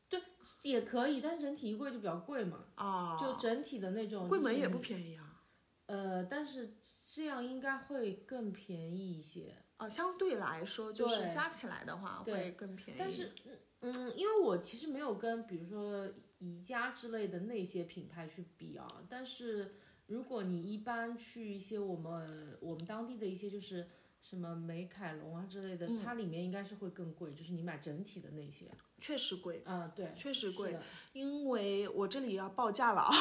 [SPEAKER 1] 对，也可以，但是整体衣柜就比较贵嘛，
[SPEAKER 2] 啊，
[SPEAKER 1] 就整体的那种
[SPEAKER 2] 柜
[SPEAKER 1] 就
[SPEAKER 2] 门
[SPEAKER 1] 是
[SPEAKER 2] 也
[SPEAKER 1] 你
[SPEAKER 2] 不便宜啊，
[SPEAKER 1] 呃，但是这样应该会更便宜一些。
[SPEAKER 2] 啊，相对来说，就是
[SPEAKER 1] 对
[SPEAKER 2] 加起来的话
[SPEAKER 1] 对
[SPEAKER 2] 会更便宜。
[SPEAKER 1] 但是，嗯，因为我其实没有跟比如说宜家之类的那些品牌去比啊，但是如果你一般去一些我们我们当地的一些就是什么美凯龙啊之类的，
[SPEAKER 2] 嗯
[SPEAKER 1] 它里面应该是会更贵，就是你买整体的那些。
[SPEAKER 2] 确实贵，
[SPEAKER 1] 啊、对，
[SPEAKER 2] 确实
[SPEAKER 1] 是
[SPEAKER 2] 贵。
[SPEAKER 1] 的
[SPEAKER 2] 因为我这里要报价 了啊，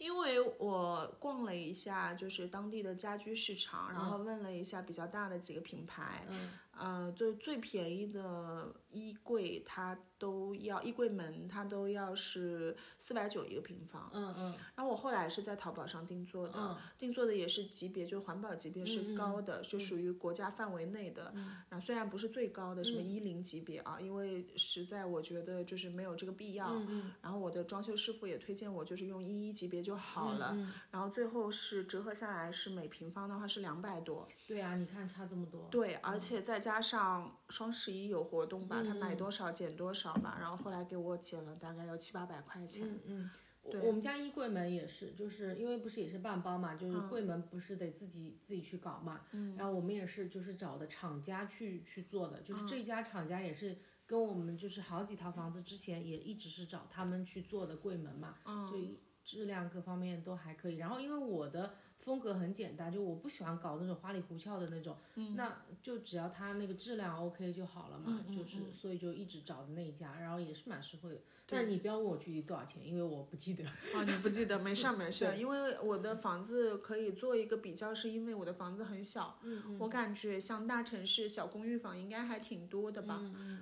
[SPEAKER 2] 因为我逛了一下就是当地的家居市场，然后问了一下比较大的几个品牌，
[SPEAKER 1] 嗯
[SPEAKER 2] 呃，就最便宜的衣柜它都要衣柜门它都要是四百九一个平方，
[SPEAKER 1] 嗯嗯
[SPEAKER 2] 然后我后来是在淘宝上定做的，
[SPEAKER 1] 嗯
[SPEAKER 2] 定做的也是级别，就是环保级别
[SPEAKER 1] 嗯
[SPEAKER 2] 是
[SPEAKER 1] 嗯
[SPEAKER 2] 高的，就属于国家范围内的。然后虽然不是最高的
[SPEAKER 1] 嗯
[SPEAKER 2] 什么一零级别啊，因为实在我觉得就是没有这个必要。
[SPEAKER 1] 嗯嗯，
[SPEAKER 2] 然后我的装修师傅也推荐我，就是用一一级别就好了。
[SPEAKER 1] 嗯嗯
[SPEAKER 2] 然后最后是折合下来是每平方的话是两百多，
[SPEAKER 1] 对啊，你看差这么多。
[SPEAKER 2] 对，而且再加上双十一有活动吧，他
[SPEAKER 1] 嗯
[SPEAKER 2] 买多少减多少吧。然后后来给我减了大概要七八百块钱。
[SPEAKER 1] 嗯嗯，我
[SPEAKER 2] 对
[SPEAKER 1] 我们家衣柜门也是，就是因为不是也是半包嘛，就是柜门不是得自己、自己去搞嘛，然后我们也是就是找的厂家去去做的，就是这家厂家也是跟我们就是好几套房子之前也一直是找他们去做的柜门嘛，就质量各方面都还可以。然后因为我的风格很简单，就我不喜欢搞那种花里胡哨的那种，那就只要它那个质量 OK 就好了嘛，就是所以就一直找的那一家，然后也是蛮实惠的。但是你不要问我具体多少钱，因为我不记得。
[SPEAKER 2] 哦，你不记得，没事儿没事儿，
[SPEAKER 1] 对
[SPEAKER 2] 因为我的房子可以做一个比较，是因为我的房子很小，
[SPEAKER 1] 嗯嗯
[SPEAKER 2] 我感觉像大城市小公寓房应该还挺多的吧，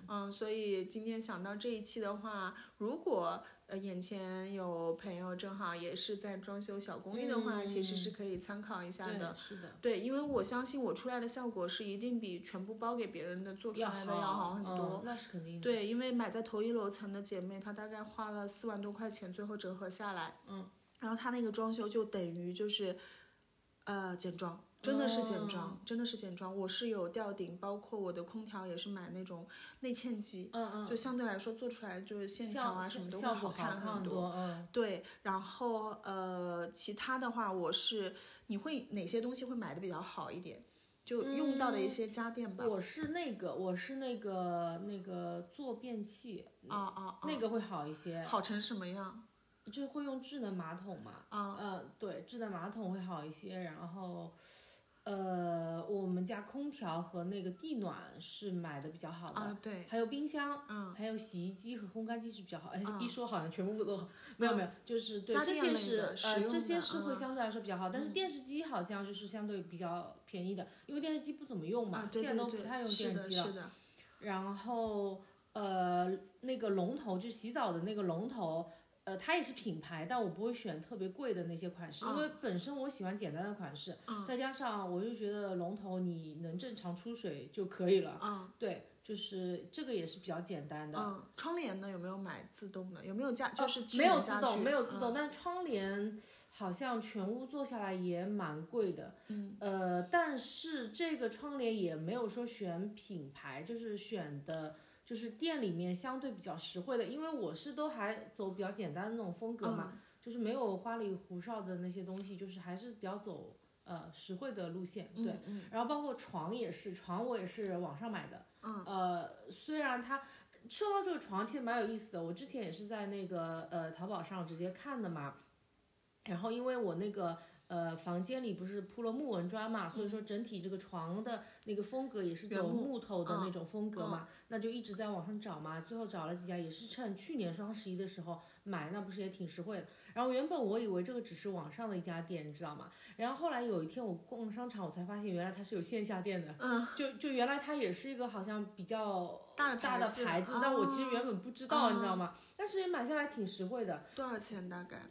[SPEAKER 2] 嗯所以今天想到这一期的话，如果呃眼前有朋友正好也是在装修小公寓的话，其实是可以参考一下的。
[SPEAKER 1] 对，是的，
[SPEAKER 2] 对，因为我相信我出来的效果是一定比全部包给别人的做出
[SPEAKER 1] 要
[SPEAKER 2] 来的要好很多。
[SPEAKER 1] 嗯，那是肯定的。
[SPEAKER 2] 对，因为买在头一楼层的姐妹，她大概花了四万多块钱，最后折合下来，
[SPEAKER 1] 嗯，
[SPEAKER 2] 然后她那个装修就等于就是，呃，简装，真的是简装，
[SPEAKER 1] 哦
[SPEAKER 2] 真的是简装。我是有吊顶，包括我的空调也是买那种内嵌机，
[SPEAKER 1] 嗯嗯，
[SPEAKER 2] 就相对来说做出来就是线条啊
[SPEAKER 1] 效
[SPEAKER 2] 什么都会
[SPEAKER 1] 效果
[SPEAKER 2] 看
[SPEAKER 1] 看
[SPEAKER 2] 很多。
[SPEAKER 1] 多，嗯
[SPEAKER 2] 对，然后呃，其他的话，我是你会哪些东西会买的比较好一点？就用到的一些家电吧。
[SPEAKER 1] 嗯我是那个，我是那个那个坐便器，
[SPEAKER 2] 啊啊啊！
[SPEAKER 1] 那个会好一些，
[SPEAKER 2] 好成什么样？
[SPEAKER 1] 就是会用智能马桶嘛。
[SPEAKER 2] 啊
[SPEAKER 1] 呃，对，智能马桶会好一些。然后，呃，我们家空调和那个地暖是买的比较好的，
[SPEAKER 2] 啊，对。
[SPEAKER 1] 还有冰箱，
[SPEAKER 2] 嗯，
[SPEAKER 1] 还有洗衣机和烘干机是比较好。哎，
[SPEAKER 2] 嗯
[SPEAKER 1] 一说好像全部都好，没有没有，就是对
[SPEAKER 2] 家
[SPEAKER 1] 这
[SPEAKER 2] 电类
[SPEAKER 1] 些是
[SPEAKER 2] 的实
[SPEAKER 1] 呃
[SPEAKER 2] 用
[SPEAKER 1] 这些
[SPEAKER 2] 的
[SPEAKER 1] 是会
[SPEAKER 2] 嗯
[SPEAKER 1] 相对来说比较好，但是电视机好像就是相对比较便宜的，因为电视机不怎么用嘛，
[SPEAKER 2] 啊，
[SPEAKER 1] 嗯
[SPEAKER 2] 对
[SPEAKER 1] 现在
[SPEAKER 2] 对
[SPEAKER 1] 都
[SPEAKER 2] 对，
[SPEAKER 1] 不太用
[SPEAKER 2] 是
[SPEAKER 1] 电
[SPEAKER 2] 的，
[SPEAKER 1] 视机
[SPEAKER 2] 是
[SPEAKER 1] 了。
[SPEAKER 2] 的，
[SPEAKER 1] 然后呃那个龙头就洗澡的那个龙头，呃，它也是品牌，但我不会选特别贵的那些款式，因
[SPEAKER 2] 嗯
[SPEAKER 1] 为本身我喜欢简单的款式，再加上我就觉得龙头你能正常出水就可以了。
[SPEAKER 2] 嗯
[SPEAKER 1] 对，就是这个也是比较简单的。
[SPEAKER 2] 嗯，窗帘呢有没有买自动的？有没有家
[SPEAKER 1] 呃
[SPEAKER 2] 就是智
[SPEAKER 1] 没有
[SPEAKER 2] 能
[SPEAKER 1] 自
[SPEAKER 2] 家
[SPEAKER 1] 动，
[SPEAKER 2] 居
[SPEAKER 1] 没有自动，
[SPEAKER 2] 嗯
[SPEAKER 1] 但窗帘好像全屋做下来也蛮贵的。
[SPEAKER 2] 嗯，
[SPEAKER 1] 呃，但是这个窗帘也没有说选品牌，就是选的。就是店里面相对比较实惠的，因为我是都还走比较简单的那种风格
[SPEAKER 2] 嗯
[SPEAKER 1] 嘛，就是没有花里胡哨的那些东西，就是还是比较走呃实惠的路线，
[SPEAKER 2] 嗯
[SPEAKER 1] 对。
[SPEAKER 2] 嗯
[SPEAKER 1] 然后包括床也是，床我也是网上买的。
[SPEAKER 2] 嗯
[SPEAKER 1] 呃，虽然它说到这个床，其实蛮有意思的。我之前也是在那个呃淘宝上直接看的嘛，然后因为我那个。呃，房间里不是铺了木纹砖嘛，所以说整体这个床的那个风格也是
[SPEAKER 2] 嗯原
[SPEAKER 1] 走
[SPEAKER 2] 木
[SPEAKER 1] 木头的
[SPEAKER 2] 嗯
[SPEAKER 1] 那种风格嘛，那就一直在网上找嘛，最后找了几家，也是趁去年双十一的时候买，那不是也挺实惠的。然后原本我以为这个只是网上的一家店，你知道吗？然后后来有一天我逛商场，我才发现原来它是有线下店的。
[SPEAKER 2] 嗯，
[SPEAKER 1] 就就原来它也是一个好像比较
[SPEAKER 2] 大的
[SPEAKER 1] 大的
[SPEAKER 2] 牌子
[SPEAKER 1] 牌子，但我其实原本不知道，
[SPEAKER 2] 哦
[SPEAKER 1] 你知道吗？但是也买下来挺实惠的，
[SPEAKER 2] 多少钱大概？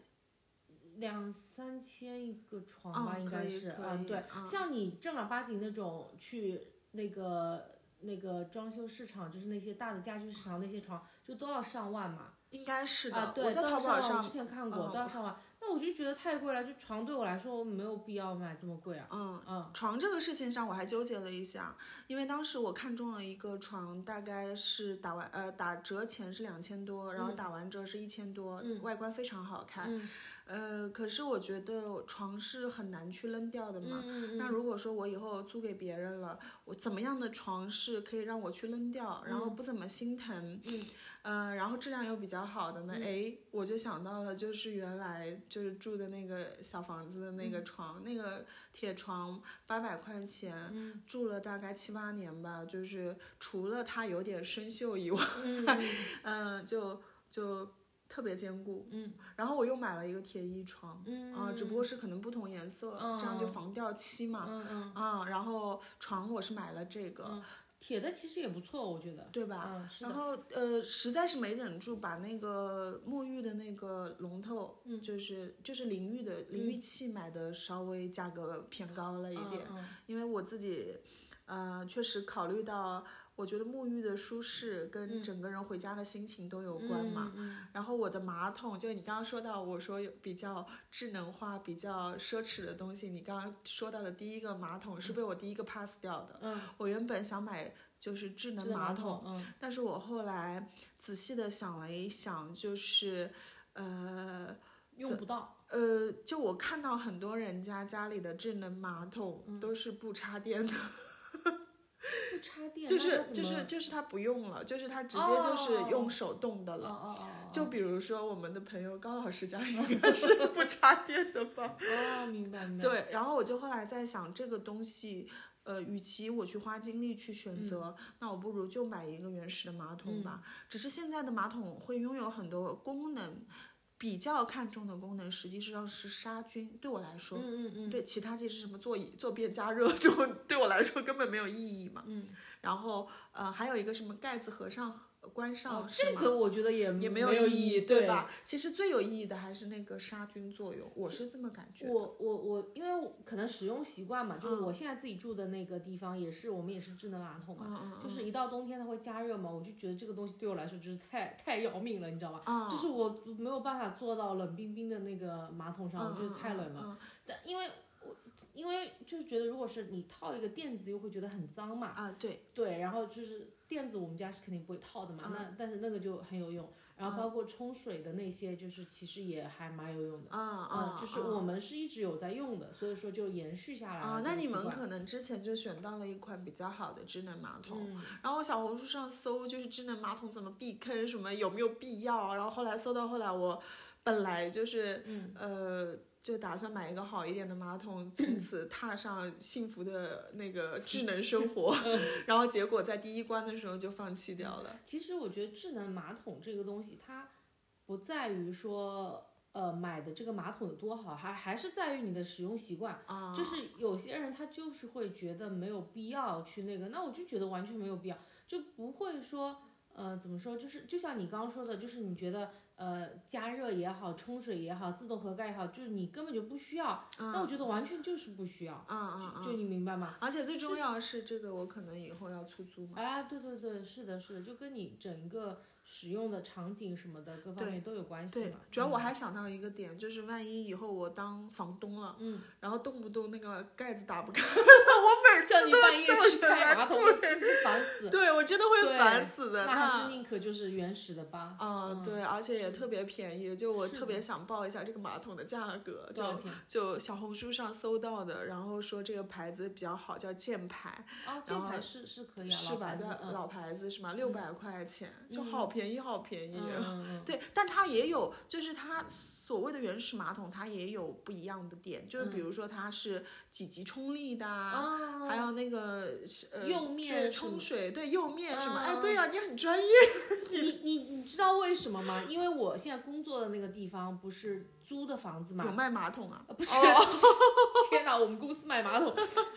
[SPEAKER 1] 两三千一个床吧，
[SPEAKER 2] 嗯，
[SPEAKER 1] 应
[SPEAKER 2] 可
[SPEAKER 1] 该
[SPEAKER 2] 以
[SPEAKER 1] 是，
[SPEAKER 2] 可
[SPEAKER 1] 嗯，
[SPEAKER 2] 以
[SPEAKER 1] 对。
[SPEAKER 2] 嗯
[SPEAKER 1] 像你正儿八经那种去那个那个装修市场，就是那些大的家具市场那些床，就都要上万嘛。
[SPEAKER 2] 应该是的，
[SPEAKER 1] 啊，对，
[SPEAKER 2] 我在
[SPEAKER 1] 都要
[SPEAKER 2] 淘宝
[SPEAKER 1] 上万我
[SPEAKER 2] 上
[SPEAKER 1] 之，前看过，
[SPEAKER 2] 嗯
[SPEAKER 1] 都要上万。那我就觉得太贵了，就床对我来说我没有必要买这么贵啊。
[SPEAKER 2] 嗯，
[SPEAKER 1] 嗯
[SPEAKER 2] 床这个事情上我还纠结了一下，因为当时我看中了一个床，大概是打完呃打折前是两千多，然后打完折是一千多，
[SPEAKER 1] 嗯
[SPEAKER 2] 外观非常好看，
[SPEAKER 1] 嗯
[SPEAKER 2] 呃，可是我觉得床是很难去扔掉的嘛。
[SPEAKER 1] 嗯
[SPEAKER 2] 那
[SPEAKER 1] 嗯
[SPEAKER 2] 如果说我以后租给别人了，我怎么样的床是可以让我去扔掉，然后不怎么心疼，
[SPEAKER 1] 嗯
[SPEAKER 2] 呃，然后质量又比较好的呢？诶，我就想到了，就是原来就是住的那个小房子的那
[SPEAKER 1] 嗯
[SPEAKER 2] 个床，那个铁床八百块钱，
[SPEAKER 1] 嗯
[SPEAKER 2] 住了大概七八年吧，就是除了它有点生锈以外，
[SPEAKER 1] 嗯嗯
[SPEAKER 2] 嗯、就就特别坚固。
[SPEAKER 1] 嗯，
[SPEAKER 2] 然后我又买了一个铁衣床，
[SPEAKER 1] 嗯
[SPEAKER 2] 啊、只不过是可能不同颜色，这样就
[SPEAKER 1] 嗯
[SPEAKER 2] 防掉漆嘛。
[SPEAKER 1] 嗯嗯，
[SPEAKER 2] 啊、然后床我是买了这个，
[SPEAKER 1] 嗯铁的其实也不错，我觉得。
[SPEAKER 2] 对吧？
[SPEAKER 1] 嗯，是
[SPEAKER 2] 然
[SPEAKER 1] 的。
[SPEAKER 2] 后呃，实在是没忍住，把那个沐浴的那个龙头，
[SPEAKER 1] 嗯
[SPEAKER 2] 就是就是淋浴的淋浴器买的稍微价格偏高了一点，
[SPEAKER 1] 嗯
[SPEAKER 2] 因为我自己，呃，确实考虑到，我觉得沐浴的舒适跟整个人回家的心情都有
[SPEAKER 1] 嗯
[SPEAKER 2] 关嘛。
[SPEAKER 1] 嗯
[SPEAKER 2] 然后我的马桶，就你刚刚说到，我说有比较智能化、比较奢侈的东西，你刚刚说到的第一个马桶是被我第一个 pass 掉的。
[SPEAKER 1] 嗯，
[SPEAKER 2] 我原本想买就是智
[SPEAKER 1] 嗯
[SPEAKER 2] 能
[SPEAKER 1] 智能
[SPEAKER 2] 呃马
[SPEAKER 1] 马
[SPEAKER 2] 桶，，
[SPEAKER 1] 嗯
[SPEAKER 2] 但是我后来仔细的想了一想，就是，呃
[SPEAKER 1] 用不到。
[SPEAKER 2] 呃，就我看到很多人家家里的智能马
[SPEAKER 1] 嗯
[SPEAKER 2] 桶都是不插电的，
[SPEAKER 1] 不插电，
[SPEAKER 2] 就
[SPEAKER 1] 那
[SPEAKER 2] 是
[SPEAKER 1] 它怎
[SPEAKER 2] 就
[SPEAKER 1] 么
[SPEAKER 2] 是就是它不用了，就是它直接就是用手动的
[SPEAKER 1] 哦
[SPEAKER 2] 了。
[SPEAKER 1] 哦哦，
[SPEAKER 2] 就比如说我们的朋友高老师家 应该是不插电的吧？
[SPEAKER 1] 哦，明白明白。
[SPEAKER 2] 对，然后我就后来在想这个东西。呃，与其我去花精力去选择，
[SPEAKER 1] 嗯
[SPEAKER 2] 那我不如就买一个原始的马桶吧。只是现在的马桶会拥有很多功能，比较看重的功能实际上是杀菌。对我来说，
[SPEAKER 1] 嗯嗯嗯，
[SPEAKER 2] 对其他技是什么座椅坐便加热 这种，对我来说根本没有意义嘛。
[SPEAKER 1] 嗯，
[SPEAKER 2] 然后呃，还有一个什么盖子合上呃关上、
[SPEAKER 1] 哦，
[SPEAKER 2] 是
[SPEAKER 1] 这
[SPEAKER 2] 吗
[SPEAKER 1] 个我觉得也
[SPEAKER 2] 也
[SPEAKER 1] 没
[SPEAKER 2] 有
[SPEAKER 1] 意
[SPEAKER 2] 义，
[SPEAKER 1] 对？
[SPEAKER 2] 吧？其实最有意义的还是那个杀菌作用，我是这么感觉。
[SPEAKER 1] 我我我，因为我可能使用习惯嘛，就是
[SPEAKER 2] 嗯
[SPEAKER 1] 我现在自己住的那个地方也是，我们也是智能马桶嘛，
[SPEAKER 2] 嗯嗯，
[SPEAKER 1] 就是一到冬天它会加热嘛，我就觉得这个东西对我来说就是太太要命了，你知道吗？
[SPEAKER 2] 啊，
[SPEAKER 1] 就是我没有办法坐到冷冰冰的那个马桶上，我觉得太冷了。
[SPEAKER 2] 了
[SPEAKER 1] 但因为我因为就是觉得，如果是你套一个垫子，又会觉得很脏嘛。
[SPEAKER 2] 啊，对，
[SPEAKER 1] 对，然后就是垫子，我们家是肯定不会套的嘛。
[SPEAKER 2] 嗯
[SPEAKER 1] 那但是那个就很有用，然后包括冲水的那些，就是其实也还蛮有用的。
[SPEAKER 2] 啊啊，
[SPEAKER 1] 嗯呃就是
[SPEAKER 2] 啊
[SPEAKER 1] 我们是一直有在用的，所以说就延续下来了。
[SPEAKER 2] 啊，那
[SPEAKER 1] 这个
[SPEAKER 2] 你
[SPEAKER 1] 习
[SPEAKER 2] 们
[SPEAKER 1] 惯嗯
[SPEAKER 2] 可能之前就选到了一款比较好的智能马桶，
[SPEAKER 1] 嗯
[SPEAKER 2] 然后我小红书上搜就是智能马桶怎么避坑，什么有没有必要，然后后来搜到后来我本来就是
[SPEAKER 1] 嗯
[SPEAKER 2] 呃。就打算买一个好一点的马桶，从 此踏上幸福的那个智能生 活，
[SPEAKER 1] 嗯
[SPEAKER 2] 然后结果在第一关的时候就放弃掉了。
[SPEAKER 1] 其实我觉得智能马桶这个东西，它不在于说呃买的这个马桶有多好，还还是在于你的使用习惯。
[SPEAKER 2] 啊，
[SPEAKER 1] 就是有些人他就是会觉得没有必要去那个，那我就觉得完全没有必要，就不会说，呃，怎么说，就是就像你刚刚说的，就是你觉得呃加热也好、冲水也好、自动盒盖也好，就是你根本就不需
[SPEAKER 2] 啊
[SPEAKER 1] 要。那我觉得完全就是不需要，
[SPEAKER 2] 嗯嗯嗯，
[SPEAKER 1] 就你明白吗？
[SPEAKER 2] 而且最重要的是，这个我可能以后要出租嘛。
[SPEAKER 1] 啊，对对对，是的，是的，就跟你整个使用的场景什么的各方面都有关系
[SPEAKER 2] 对
[SPEAKER 1] 嘛。，嗯
[SPEAKER 2] 主要我还想到一个点，就是万一以后我当房东了，
[SPEAKER 1] 嗯，
[SPEAKER 2] 然后动不动那个盖子打不开，
[SPEAKER 1] 嗯 叫你半夜去开马桶，
[SPEAKER 2] 对
[SPEAKER 1] 真是烦死。
[SPEAKER 2] 对我真的会
[SPEAKER 1] 对
[SPEAKER 2] 烦死的。
[SPEAKER 1] 那
[SPEAKER 2] 那
[SPEAKER 1] 还是宁可就是原始的吧。
[SPEAKER 2] 嗯，对，而且也特别便宜，就我
[SPEAKER 1] 是
[SPEAKER 2] 特别想报一下这个马桶的价格，
[SPEAKER 1] 多少
[SPEAKER 2] 就
[SPEAKER 1] 钱？啊
[SPEAKER 2] 就小红书上搜到的，然后说这个牌子比较好，叫箭牌，
[SPEAKER 1] 哦，这
[SPEAKER 2] 然
[SPEAKER 1] 牌
[SPEAKER 2] 后
[SPEAKER 1] 是是可以啊，
[SPEAKER 2] 是
[SPEAKER 1] 老
[SPEAKER 2] 吧？
[SPEAKER 1] 牌子，
[SPEAKER 2] 的
[SPEAKER 1] 嗯
[SPEAKER 2] 老牌子是吗？六百块钱，就好便宜，好便宜。
[SPEAKER 1] 嗯嗯
[SPEAKER 2] 对，但它也有，就是它所谓的原始马桶，它也有不一样的点，就是比如说它是几级冲力的
[SPEAKER 1] 嗯
[SPEAKER 2] 啊，
[SPEAKER 1] 啊，
[SPEAKER 2] 还有那个是呃
[SPEAKER 1] 釉
[SPEAKER 2] 就是
[SPEAKER 1] 面什么
[SPEAKER 2] 冲水，对釉面什么，哎，
[SPEAKER 1] 啊
[SPEAKER 2] 对呀、你很专业
[SPEAKER 1] 你你你知道为什么吗？因为我现在工作的那个地方不是租的房子嘛
[SPEAKER 2] 有，卖马桶啊？
[SPEAKER 1] 啊不是，
[SPEAKER 2] 哦
[SPEAKER 1] 不是天哪，我们公司买马桶，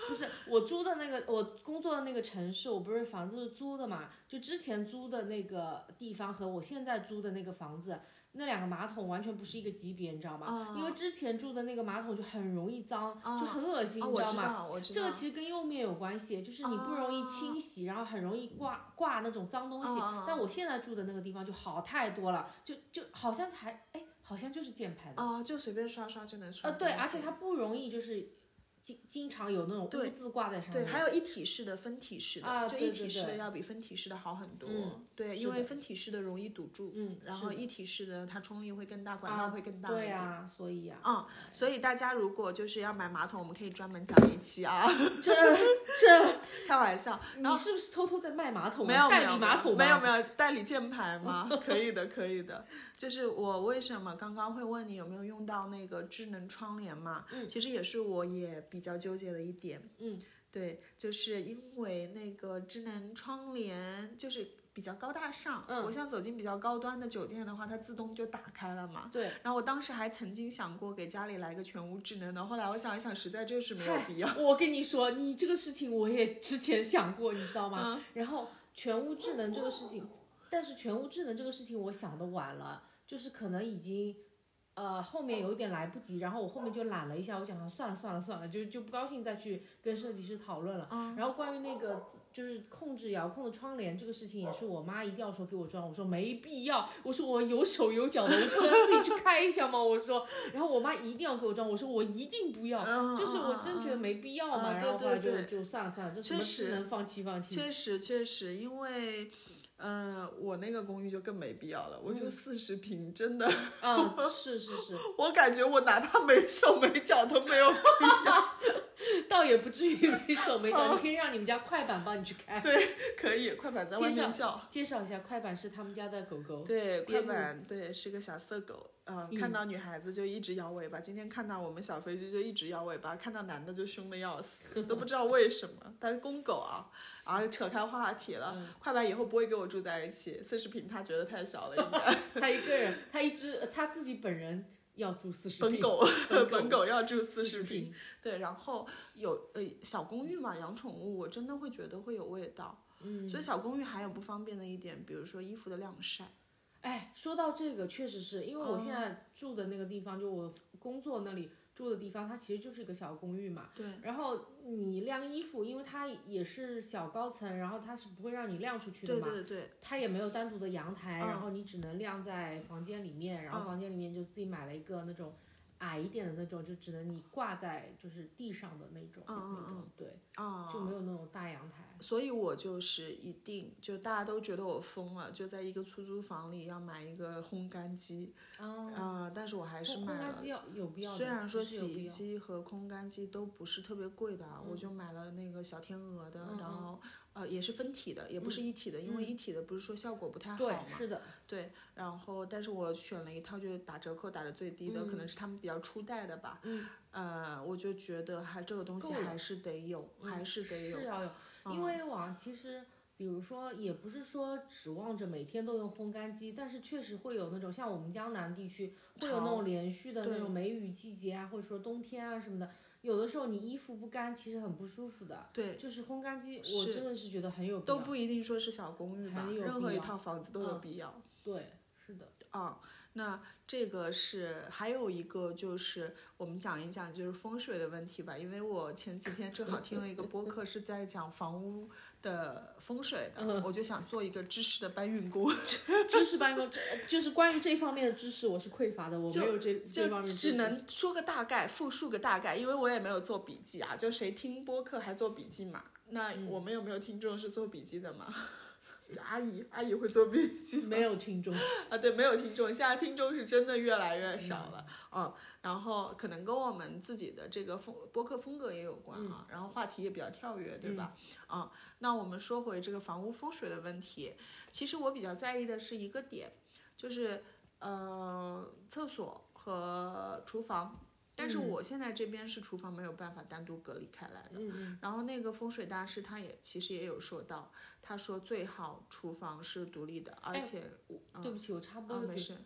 [SPEAKER 1] 不是我租的那个，我工作的那个城市，我不是房子是租的嘛，就之前租的那个地方和我现在租的那个房子，那两个马桶完全不是一个级别，你知道
[SPEAKER 2] 哦
[SPEAKER 1] 吗？因为之前住的那个马桶就很容易脏，
[SPEAKER 2] 啊
[SPEAKER 1] 就很恶心，
[SPEAKER 2] 啊，
[SPEAKER 1] 你
[SPEAKER 2] 我
[SPEAKER 1] 道
[SPEAKER 2] 知
[SPEAKER 1] 吗？
[SPEAKER 2] 道，我知道。哦
[SPEAKER 1] 这个其实跟釉面有关系，就是你不容易清洗，然后很容易挂挂那种脏东西。
[SPEAKER 2] 啊啊啊
[SPEAKER 1] 但我现在住的那个地方就好太多了，就就好像还哎，好像就是箭牌的。
[SPEAKER 2] 啊，就随便刷刷就能刷
[SPEAKER 1] 呃，
[SPEAKER 2] 干净。
[SPEAKER 1] 对，而且它不容易就是经经常有那种污
[SPEAKER 2] 对
[SPEAKER 1] 渍挂在上
[SPEAKER 2] 对，
[SPEAKER 1] 面。
[SPEAKER 2] 还有一体式的、分体式的，
[SPEAKER 1] 啊
[SPEAKER 2] 就
[SPEAKER 1] 对
[SPEAKER 2] 一
[SPEAKER 1] 对
[SPEAKER 2] 体式的
[SPEAKER 1] 对
[SPEAKER 2] 要比分体式的好很多。
[SPEAKER 1] 嗯
[SPEAKER 2] 对，
[SPEAKER 1] 是
[SPEAKER 2] 因为
[SPEAKER 1] 的
[SPEAKER 2] 分体式的容易堵住，
[SPEAKER 1] 嗯，
[SPEAKER 2] 然
[SPEAKER 1] 是
[SPEAKER 2] 后
[SPEAKER 1] 的
[SPEAKER 2] 一体式的它冲力会更大，管
[SPEAKER 1] 啊
[SPEAKER 2] 道会更大一
[SPEAKER 1] 对
[SPEAKER 2] 点。
[SPEAKER 1] 呀、所以啊 呀、
[SPEAKER 2] 嗯，所以大家如果就是要买马桶，我们可以专门讲一期啊，
[SPEAKER 1] 这这，
[SPEAKER 2] 开玩笑。然
[SPEAKER 1] 你
[SPEAKER 2] 后
[SPEAKER 1] 是不是偷偷在卖马桶啊？
[SPEAKER 2] 没有没
[SPEAKER 1] 代
[SPEAKER 2] 有
[SPEAKER 1] 理马桶
[SPEAKER 2] 没有没
[SPEAKER 1] 有，
[SPEAKER 2] 有代理键盘吗？可以的，可以的。就是我为什么刚刚会问你有没有用到那个智能窗帘嘛？嗯，其实也是我也比较纠结的一点。
[SPEAKER 1] 嗯，
[SPEAKER 2] 对，就是因为那个智能窗帘就是比较高大上。
[SPEAKER 1] 嗯
[SPEAKER 2] 我现在走进比较高端的酒店的话，它自动就打开了嘛。
[SPEAKER 1] 对，
[SPEAKER 2] 然后我当时还曾经想过给家里来个全屋智能的，后来我想一想，实在就是没有必要。
[SPEAKER 1] 我跟你说，你这个事情我也之前想过，你知道吗？然后全屋智能这个事情，但是全屋智能这个事情我想的晚了，就是可能已经。呃，后面有一点来不及，然后我后面就懒了一下，我想啊算了算了算了，就就不高兴再去跟设计师讨论了。然后关于那个就是控制遥控的窗帘这个事情，也是我妈一定要说给我装，我说没必要，我说我有手有脚的，我不能自己去开一下吗？我说，然后我妈一定要给我装，我说我一定不要，
[SPEAKER 2] 嗯
[SPEAKER 1] 就是我真觉得
[SPEAKER 2] 嗯嗯
[SPEAKER 1] 没必要嘛，
[SPEAKER 2] 啊对
[SPEAKER 1] 然后后来
[SPEAKER 2] 对
[SPEAKER 1] 就
[SPEAKER 2] 对
[SPEAKER 1] 就算了算了，这什
[SPEAKER 2] 确
[SPEAKER 1] 么
[SPEAKER 2] 实
[SPEAKER 1] 智能放弃放弃。
[SPEAKER 2] 嗯确实确实，因为。呃，我那个公寓就更没必要了，我
[SPEAKER 1] 嗯
[SPEAKER 2] 就四十平，真的，
[SPEAKER 1] 啊，是是是，
[SPEAKER 2] 我感觉我拿它没手没脚都没有。
[SPEAKER 1] 倒也不至于没手没脚，你可以让你们家快板帮你去开。
[SPEAKER 2] 对，可以，快板在外
[SPEAKER 1] 介
[SPEAKER 2] 面
[SPEAKER 1] 绍
[SPEAKER 2] 叫。
[SPEAKER 1] 介绍一下，快板是他们家的狗狗。
[SPEAKER 2] 对，快
[SPEAKER 1] 边牧
[SPEAKER 2] 板，对，是个小色狗，嗯，看到女孩子就一直摇尾巴。今天看到我们小飞机就一直摇尾巴，看到男的就凶的要死，都不知道为什么。但是公狗啊，啊，扯开话题了，
[SPEAKER 1] 嗯
[SPEAKER 2] 快板以后不会跟我住在一起，四十平他觉得 太小了，应该
[SPEAKER 1] 他一个人，他一只，呃他自己本人要住四十
[SPEAKER 2] 本
[SPEAKER 1] 平，
[SPEAKER 2] 狗
[SPEAKER 1] 本狗
[SPEAKER 2] 本狗要住四
[SPEAKER 1] 四
[SPEAKER 2] 十平。
[SPEAKER 1] 平。
[SPEAKER 2] 对，然后有呃小公寓嘛，养宠物我真的会觉得会有味道，
[SPEAKER 1] 嗯，
[SPEAKER 2] 所以小公寓还有不方便的一点，比如说衣服的晾晒。
[SPEAKER 1] 哎，说到这个，确实是因为我现在住的那个地方，就我工作那里住的地方，它其实就是一个小公寓嘛。
[SPEAKER 2] 对，
[SPEAKER 1] 然后你晾衣服，因为它也是小高层，然后它是不会让你晾出去的
[SPEAKER 2] 对
[SPEAKER 1] 嘛。
[SPEAKER 2] 对对，
[SPEAKER 1] 它也没有单独的阳台，
[SPEAKER 2] 嗯
[SPEAKER 1] 然后你只能晾在房间里面，然后
[SPEAKER 2] 嗯
[SPEAKER 1] 房间里面就自己买了一个那种矮一点的那种，就只能你挂在就是地上的那种，
[SPEAKER 2] 嗯嗯嗯
[SPEAKER 1] 那种对，
[SPEAKER 2] 啊、
[SPEAKER 1] 就没有那种大阳台。
[SPEAKER 2] 所以我就是一定，就大家都觉得我疯了，就在一个出租房里要买一个烘干机，
[SPEAKER 1] 啊，
[SPEAKER 2] 啊、但是我还是
[SPEAKER 1] 烘
[SPEAKER 2] 买
[SPEAKER 1] 干
[SPEAKER 2] 了。
[SPEAKER 1] 机要有必要的，
[SPEAKER 2] 虽然说
[SPEAKER 1] 其实有
[SPEAKER 2] 洗
[SPEAKER 1] 必
[SPEAKER 2] 衣
[SPEAKER 1] 要
[SPEAKER 2] 机和烘干机都不是特别贵的啊，我就买了那个小天鹅的，
[SPEAKER 1] 嗯
[SPEAKER 2] 然
[SPEAKER 1] 嗯
[SPEAKER 2] 后呃也是分体的，也不是一体的，因为一体的不是说效果不太好嘛
[SPEAKER 1] 对，。是的，
[SPEAKER 2] 对，然后但是我选了一套就是打折扣打的最低的，可能是他们比较初代的吧。
[SPEAKER 1] 嗯，
[SPEAKER 2] 呃，我就觉得还这个东西
[SPEAKER 1] 够了
[SPEAKER 2] 还是得有，
[SPEAKER 1] 嗯
[SPEAKER 2] 还是得有。
[SPEAKER 1] 是要有，
[SPEAKER 2] 嗯
[SPEAKER 1] 因为网其实。比如说，也不是说指望着每天都用烘干机，但是确实会有那种像我们江南地区会有那
[SPEAKER 2] 潮
[SPEAKER 1] 种连续的那
[SPEAKER 2] 对
[SPEAKER 1] 种梅雨季节啊，或者说冬天啊什么的，有的时候你衣服不干，其实很不舒服的。
[SPEAKER 2] 对，
[SPEAKER 1] 就是烘干机，我
[SPEAKER 2] 是
[SPEAKER 1] 真的是觉得很有必
[SPEAKER 2] 都
[SPEAKER 1] 要
[SPEAKER 2] 不一定说是小公寓吧，
[SPEAKER 1] 很有
[SPEAKER 2] 任何
[SPEAKER 1] 必
[SPEAKER 2] 一
[SPEAKER 1] 要
[SPEAKER 2] 套房子都有
[SPEAKER 1] 嗯
[SPEAKER 2] 必要。
[SPEAKER 1] 对，是的，
[SPEAKER 2] 啊、那这个是还有一个就是我们讲一讲就是风水的问题吧，因为我前几天正好听了一个播 客是在讲房屋的风水
[SPEAKER 1] 嗯
[SPEAKER 2] 的，我就想做一个知识的搬运工，
[SPEAKER 1] 知识办公，这就是关于这方面的知识我是匮乏的，我没有这这方
[SPEAKER 2] 就
[SPEAKER 1] 面
[SPEAKER 2] 只
[SPEAKER 1] 知识。
[SPEAKER 2] 能说个大概，复述个大概，因为我也没有做笔记啊，就谁听播客还做笔记嘛？那
[SPEAKER 1] 嗯
[SPEAKER 2] 我们有没有听众是做笔记的嘛？ 阿姨，阿姨会做笔记吗
[SPEAKER 1] 没有听 众，
[SPEAKER 2] 啊，对，没有听众，现在听众是真的越来越少了，嗯然后可能跟我们自己的这个风播客风格也有关
[SPEAKER 1] 嗯
[SPEAKER 2] 啊，然后话题也比较跳跃，对吧？啊、那我们说回这个房屋风水的问题，其实我比较在意的是一个点，就是呃，厕所和厨房，但是我现在这边是厨房没有办法单独隔离开来的，
[SPEAKER 1] 嗯
[SPEAKER 2] 然后那个风水大师他也其实也有说到，他说最好厨房是独立的，而
[SPEAKER 1] 哎
[SPEAKER 2] 且我、
[SPEAKER 1] 嗯，对不起，我插播
[SPEAKER 2] 啊，
[SPEAKER 1] 一
[SPEAKER 2] 没
[SPEAKER 1] 句。
[SPEAKER 2] 事。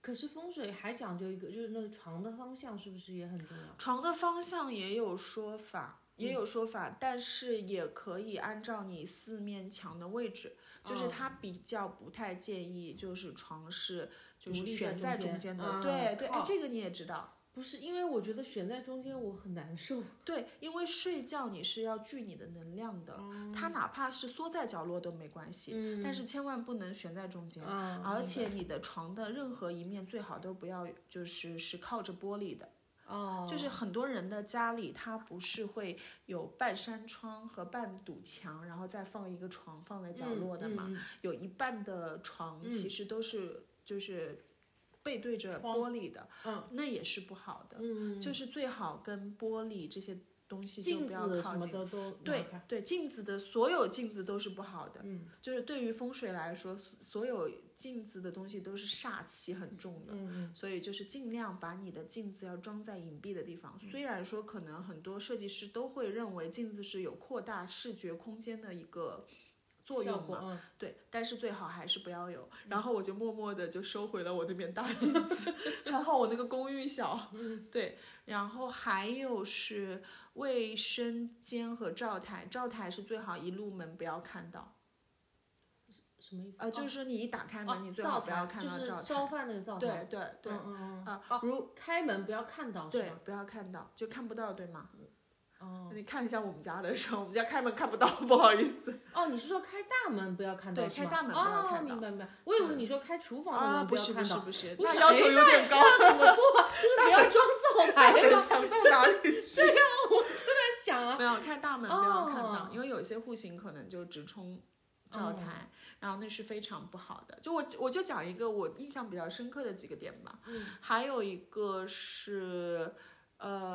[SPEAKER 1] 可是风水还讲究一个，就是那个床的方向是不是也很重要？
[SPEAKER 2] 床的方向也有说法，
[SPEAKER 1] 嗯
[SPEAKER 2] 也有说法，但是也可以按照你四面墙的位置，就是
[SPEAKER 1] 哦
[SPEAKER 2] 他比较不太建议，就是床是就
[SPEAKER 1] 独
[SPEAKER 2] 是
[SPEAKER 1] 立在
[SPEAKER 2] 悬
[SPEAKER 1] 中
[SPEAKER 2] 在
[SPEAKER 1] 间
[SPEAKER 2] 中间的。
[SPEAKER 1] 啊
[SPEAKER 2] 对对，哎
[SPEAKER 1] 靠，
[SPEAKER 2] 这个你也知道。
[SPEAKER 1] 不是，因为我觉得悬在中间我很难受。
[SPEAKER 2] 对，因为睡觉你是要聚你的能量的，
[SPEAKER 1] 哦
[SPEAKER 2] 它哪怕是缩在角落都没关系，
[SPEAKER 1] 嗯
[SPEAKER 2] 但是千万不能悬在中间。
[SPEAKER 1] 啊，
[SPEAKER 2] 嗯而且你的床的任何一面最好都不要，就是是靠着玻璃的，
[SPEAKER 1] 哦，
[SPEAKER 2] 就是很多人的家里，它不是会有半扇窗和半堵墙，然后再放一个床放在角落的嘛？
[SPEAKER 1] 嗯嗯嗯
[SPEAKER 2] 有一半的床其实都是就是背对着玻璃的，
[SPEAKER 1] 嗯
[SPEAKER 2] 那也是不好的。
[SPEAKER 1] 嗯，
[SPEAKER 2] 就是最好跟玻璃这些东西就
[SPEAKER 1] 镜
[SPEAKER 2] 不要
[SPEAKER 1] 子
[SPEAKER 2] 靠
[SPEAKER 1] 什么
[SPEAKER 2] 近。
[SPEAKER 1] 的都
[SPEAKER 2] 对
[SPEAKER 1] 拿开
[SPEAKER 2] 对，镜子的所有镜子都是不好的，
[SPEAKER 1] 嗯
[SPEAKER 2] 就是对于风水来说，所所有镜子的东西都是煞气很重的。
[SPEAKER 1] 嗯
[SPEAKER 2] 所以就是尽量把你的镜子要装在隐蔽的地
[SPEAKER 1] 嗯
[SPEAKER 2] 方。虽然说可能很多设计师都会认为镜子是有扩大视觉空间的一个作
[SPEAKER 1] 嗯，效
[SPEAKER 2] 用
[SPEAKER 1] 果
[SPEAKER 2] 嘛，
[SPEAKER 1] 嗯，
[SPEAKER 2] 对，但是最好还是不要有。然后我就默默的就收回了我那面大镜子， 还好我那个公寓小，
[SPEAKER 1] 嗯
[SPEAKER 2] 对。然后还有是卫生间和灶台，灶台是最好一入门不要看到，
[SPEAKER 1] 什么意思？哦
[SPEAKER 2] 呃，就是是说你一打开
[SPEAKER 1] 开
[SPEAKER 2] 门，你最好不要看
[SPEAKER 1] 就
[SPEAKER 2] 到
[SPEAKER 1] 是
[SPEAKER 2] 灶
[SPEAKER 1] 烧
[SPEAKER 2] 台。
[SPEAKER 1] 饭那个灶
[SPEAKER 2] 对
[SPEAKER 1] 台，
[SPEAKER 2] 对对，
[SPEAKER 1] 嗯嗯嗯，
[SPEAKER 2] 啊，如
[SPEAKER 1] 开门不要看到哦是
[SPEAKER 2] 对
[SPEAKER 1] 吗？，
[SPEAKER 2] 不要看到，就看不到，对吗？
[SPEAKER 1] 哦
[SPEAKER 2] 你看一下我们家的时候， 我们家开门看不到，不好意 思。
[SPEAKER 1] 哦，你是说开大门不要看到
[SPEAKER 2] 对
[SPEAKER 1] 是吗？
[SPEAKER 2] 开大门不要看到嗯
[SPEAKER 1] 哦，明白明白，我以为你说开厨房的
[SPEAKER 2] 啊，
[SPEAKER 1] 门
[SPEAKER 2] 不
[SPEAKER 1] 要
[SPEAKER 2] 是不
[SPEAKER 1] 看
[SPEAKER 2] 是
[SPEAKER 1] 到，哎
[SPEAKER 2] 不是，
[SPEAKER 1] 我
[SPEAKER 2] 那
[SPEAKER 1] 想
[SPEAKER 2] 要求有点高，
[SPEAKER 1] 那怎么做？ 就是不要装灶 台
[SPEAKER 2] 得
[SPEAKER 1] 嘛。
[SPEAKER 2] 强到哪里去？
[SPEAKER 1] 我就在想 啊，
[SPEAKER 2] 没有开大门不要看
[SPEAKER 1] 哦
[SPEAKER 2] 到，因为有一些户型可能就直冲灶台，然后那是非常不好的。就我我就讲一个我印象比较深刻的几个点吧，
[SPEAKER 1] 嗯
[SPEAKER 2] 还有一个是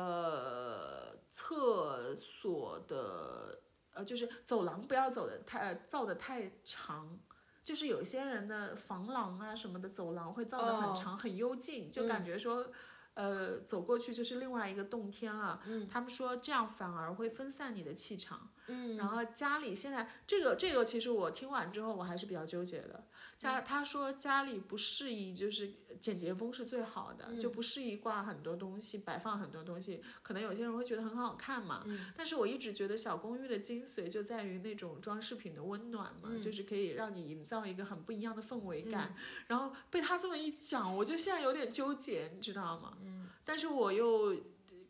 [SPEAKER 2] 呃厕所的呃就是走廊不要走的太呃造的太长。就是有些人的房廊啊什么的走廊会造的
[SPEAKER 1] 哦
[SPEAKER 2] 很长、很幽静，就感觉说，呃，走过去就是另外一个洞天了。
[SPEAKER 1] 嗯
[SPEAKER 2] 他们说这样反而会分散你的气场。
[SPEAKER 1] 嗯，
[SPEAKER 2] 然后家里现在这个这个，其实我听完之后我还是比较纠结的。
[SPEAKER 1] 嗯
[SPEAKER 2] 家他说家里不适宜，就是简洁风是最好的，
[SPEAKER 1] 嗯
[SPEAKER 2] 就不适宜挂很多东西，摆放很多东西。可能有些人会觉得很好看嘛，
[SPEAKER 1] 嗯
[SPEAKER 2] 但是我一直觉得小公寓的精髓就在于那种装饰品的温暖嘛，
[SPEAKER 1] 嗯
[SPEAKER 2] 就是可以让你营造一个很不一样的氛围感。然后被他这么一讲，我就现在有点纠结，你知道吗？
[SPEAKER 1] 嗯，
[SPEAKER 2] 但是我又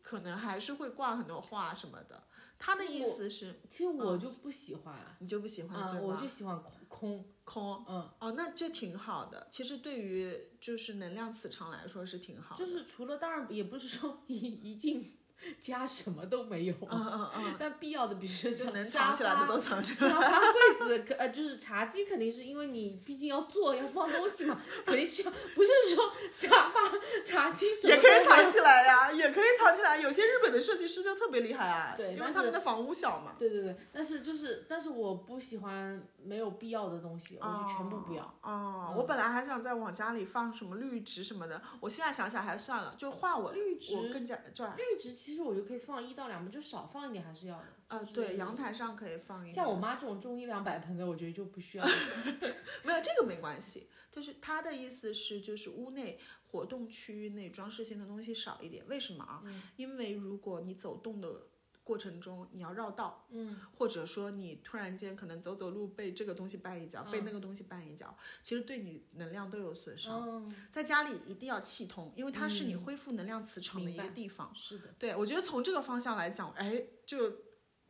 [SPEAKER 2] 可能还是会挂很多画什么的。
[SPEAKER 1] 嗯
[SPEAKER 2] 他的意思是
[SPEAKER 1] 其实我就不喜欢
[SPEAKER 2] 你嗯就不喜欢、
[SPEAKER 1] 啊，
[SPEAKER 2] 对吧？
[SPEAKER 1] 我就喜欢空空，
[SPEAKER 2] 空
[SPEAKER 1] 嗯，
[SPEAKER 2] 哦，那就挺好的。其实对于就是能量磁场来说是挺好的。
[SPEAKER 1] 就是除了当然也不是说一一进家什么都没有，
[SPEAKER 2] 嗯嗯嗯，
[SPEAKER 1] 但必要的，比如说
[SPEAKER 2] 就
[SPEAKER 1] 像
[SPEAKER 2] 能
[SPEAKER 1] 沙
[SPEAKER 2] 藏起来
[SPEAKER 1] 发
[SPEAKER 2] 的。都藏起
[SPEAKER 1] 沙
[SPEAKER 2] 来。
[SPEAKER 1] 发柜子可呃就是茶几，肯定是因为你毕竟要坐要放东西嘛，肯定是要不是说沙发茶几 什么
[SPEAKER 2] 也可以
[SPEAKER 1] 都没有
[SPEAKER 2] 藏起来呀、也可以藏起来。有些日本的设计师就特别厉害啊，
[SPEAKER 1] 对
[SPEAKER 2] 因
[SPEAKER 1] 但
[SPEAKER 2] 为
[SPEAKER 1] 是
[SPEAKER 2] 他们的房屋小嘛，
[SPEAKER 1] 对对对，但是就是，但是我不喜欢没有必要的东西，我就全部不要。
[SPEAKER 2] 哦
[SPEAKER 1] 嗯，
[SPEAKER 2] 我本来还想再往家里放什么绿植什么的，我现在想想还算了，就画我
[SPEAKER 1] 绿植
[SPEAKER 2] 我更加就啊、
[SPEAKER 1] 绿植其实我就可以放一到两盆，就少放一点还是要的。
[SPEAKER 2] 呃
[SPEAKER 1] 就是
[SPEAKER 2] 对，阳台上可以放一个。
[SPEAKER 1] 像我妈这种种一两百盆的，我觉得就不需要。
[SPEAKER 2] 没有这个没关系，就是他的意思是，就是屋内活
[SPEAKER 1] 嗯
[SPEAKER 2] 动区域内装饰性的东西少一点。为什么啊？因为如果你走动的过程中你要绕道，嗯，或者说你突然间可能走走路被这个东西绊一脚，
[SPEAKER 1] 嗯
[SPEAKER 2] 被那个东西绊一脚，其实对你能量都有损伤。
[SPEAKER 1] 嗯
[SPEAKER 2] 在家里一定要气通，因为它是你恢复能量磁场的一个
[SPEAKER 1] 明白
[SPEAKER 2] 地方。
[SPEAKER 1] 是的，
[SPEAKER 2] 对，我觉得从这个方向来讲，哎，就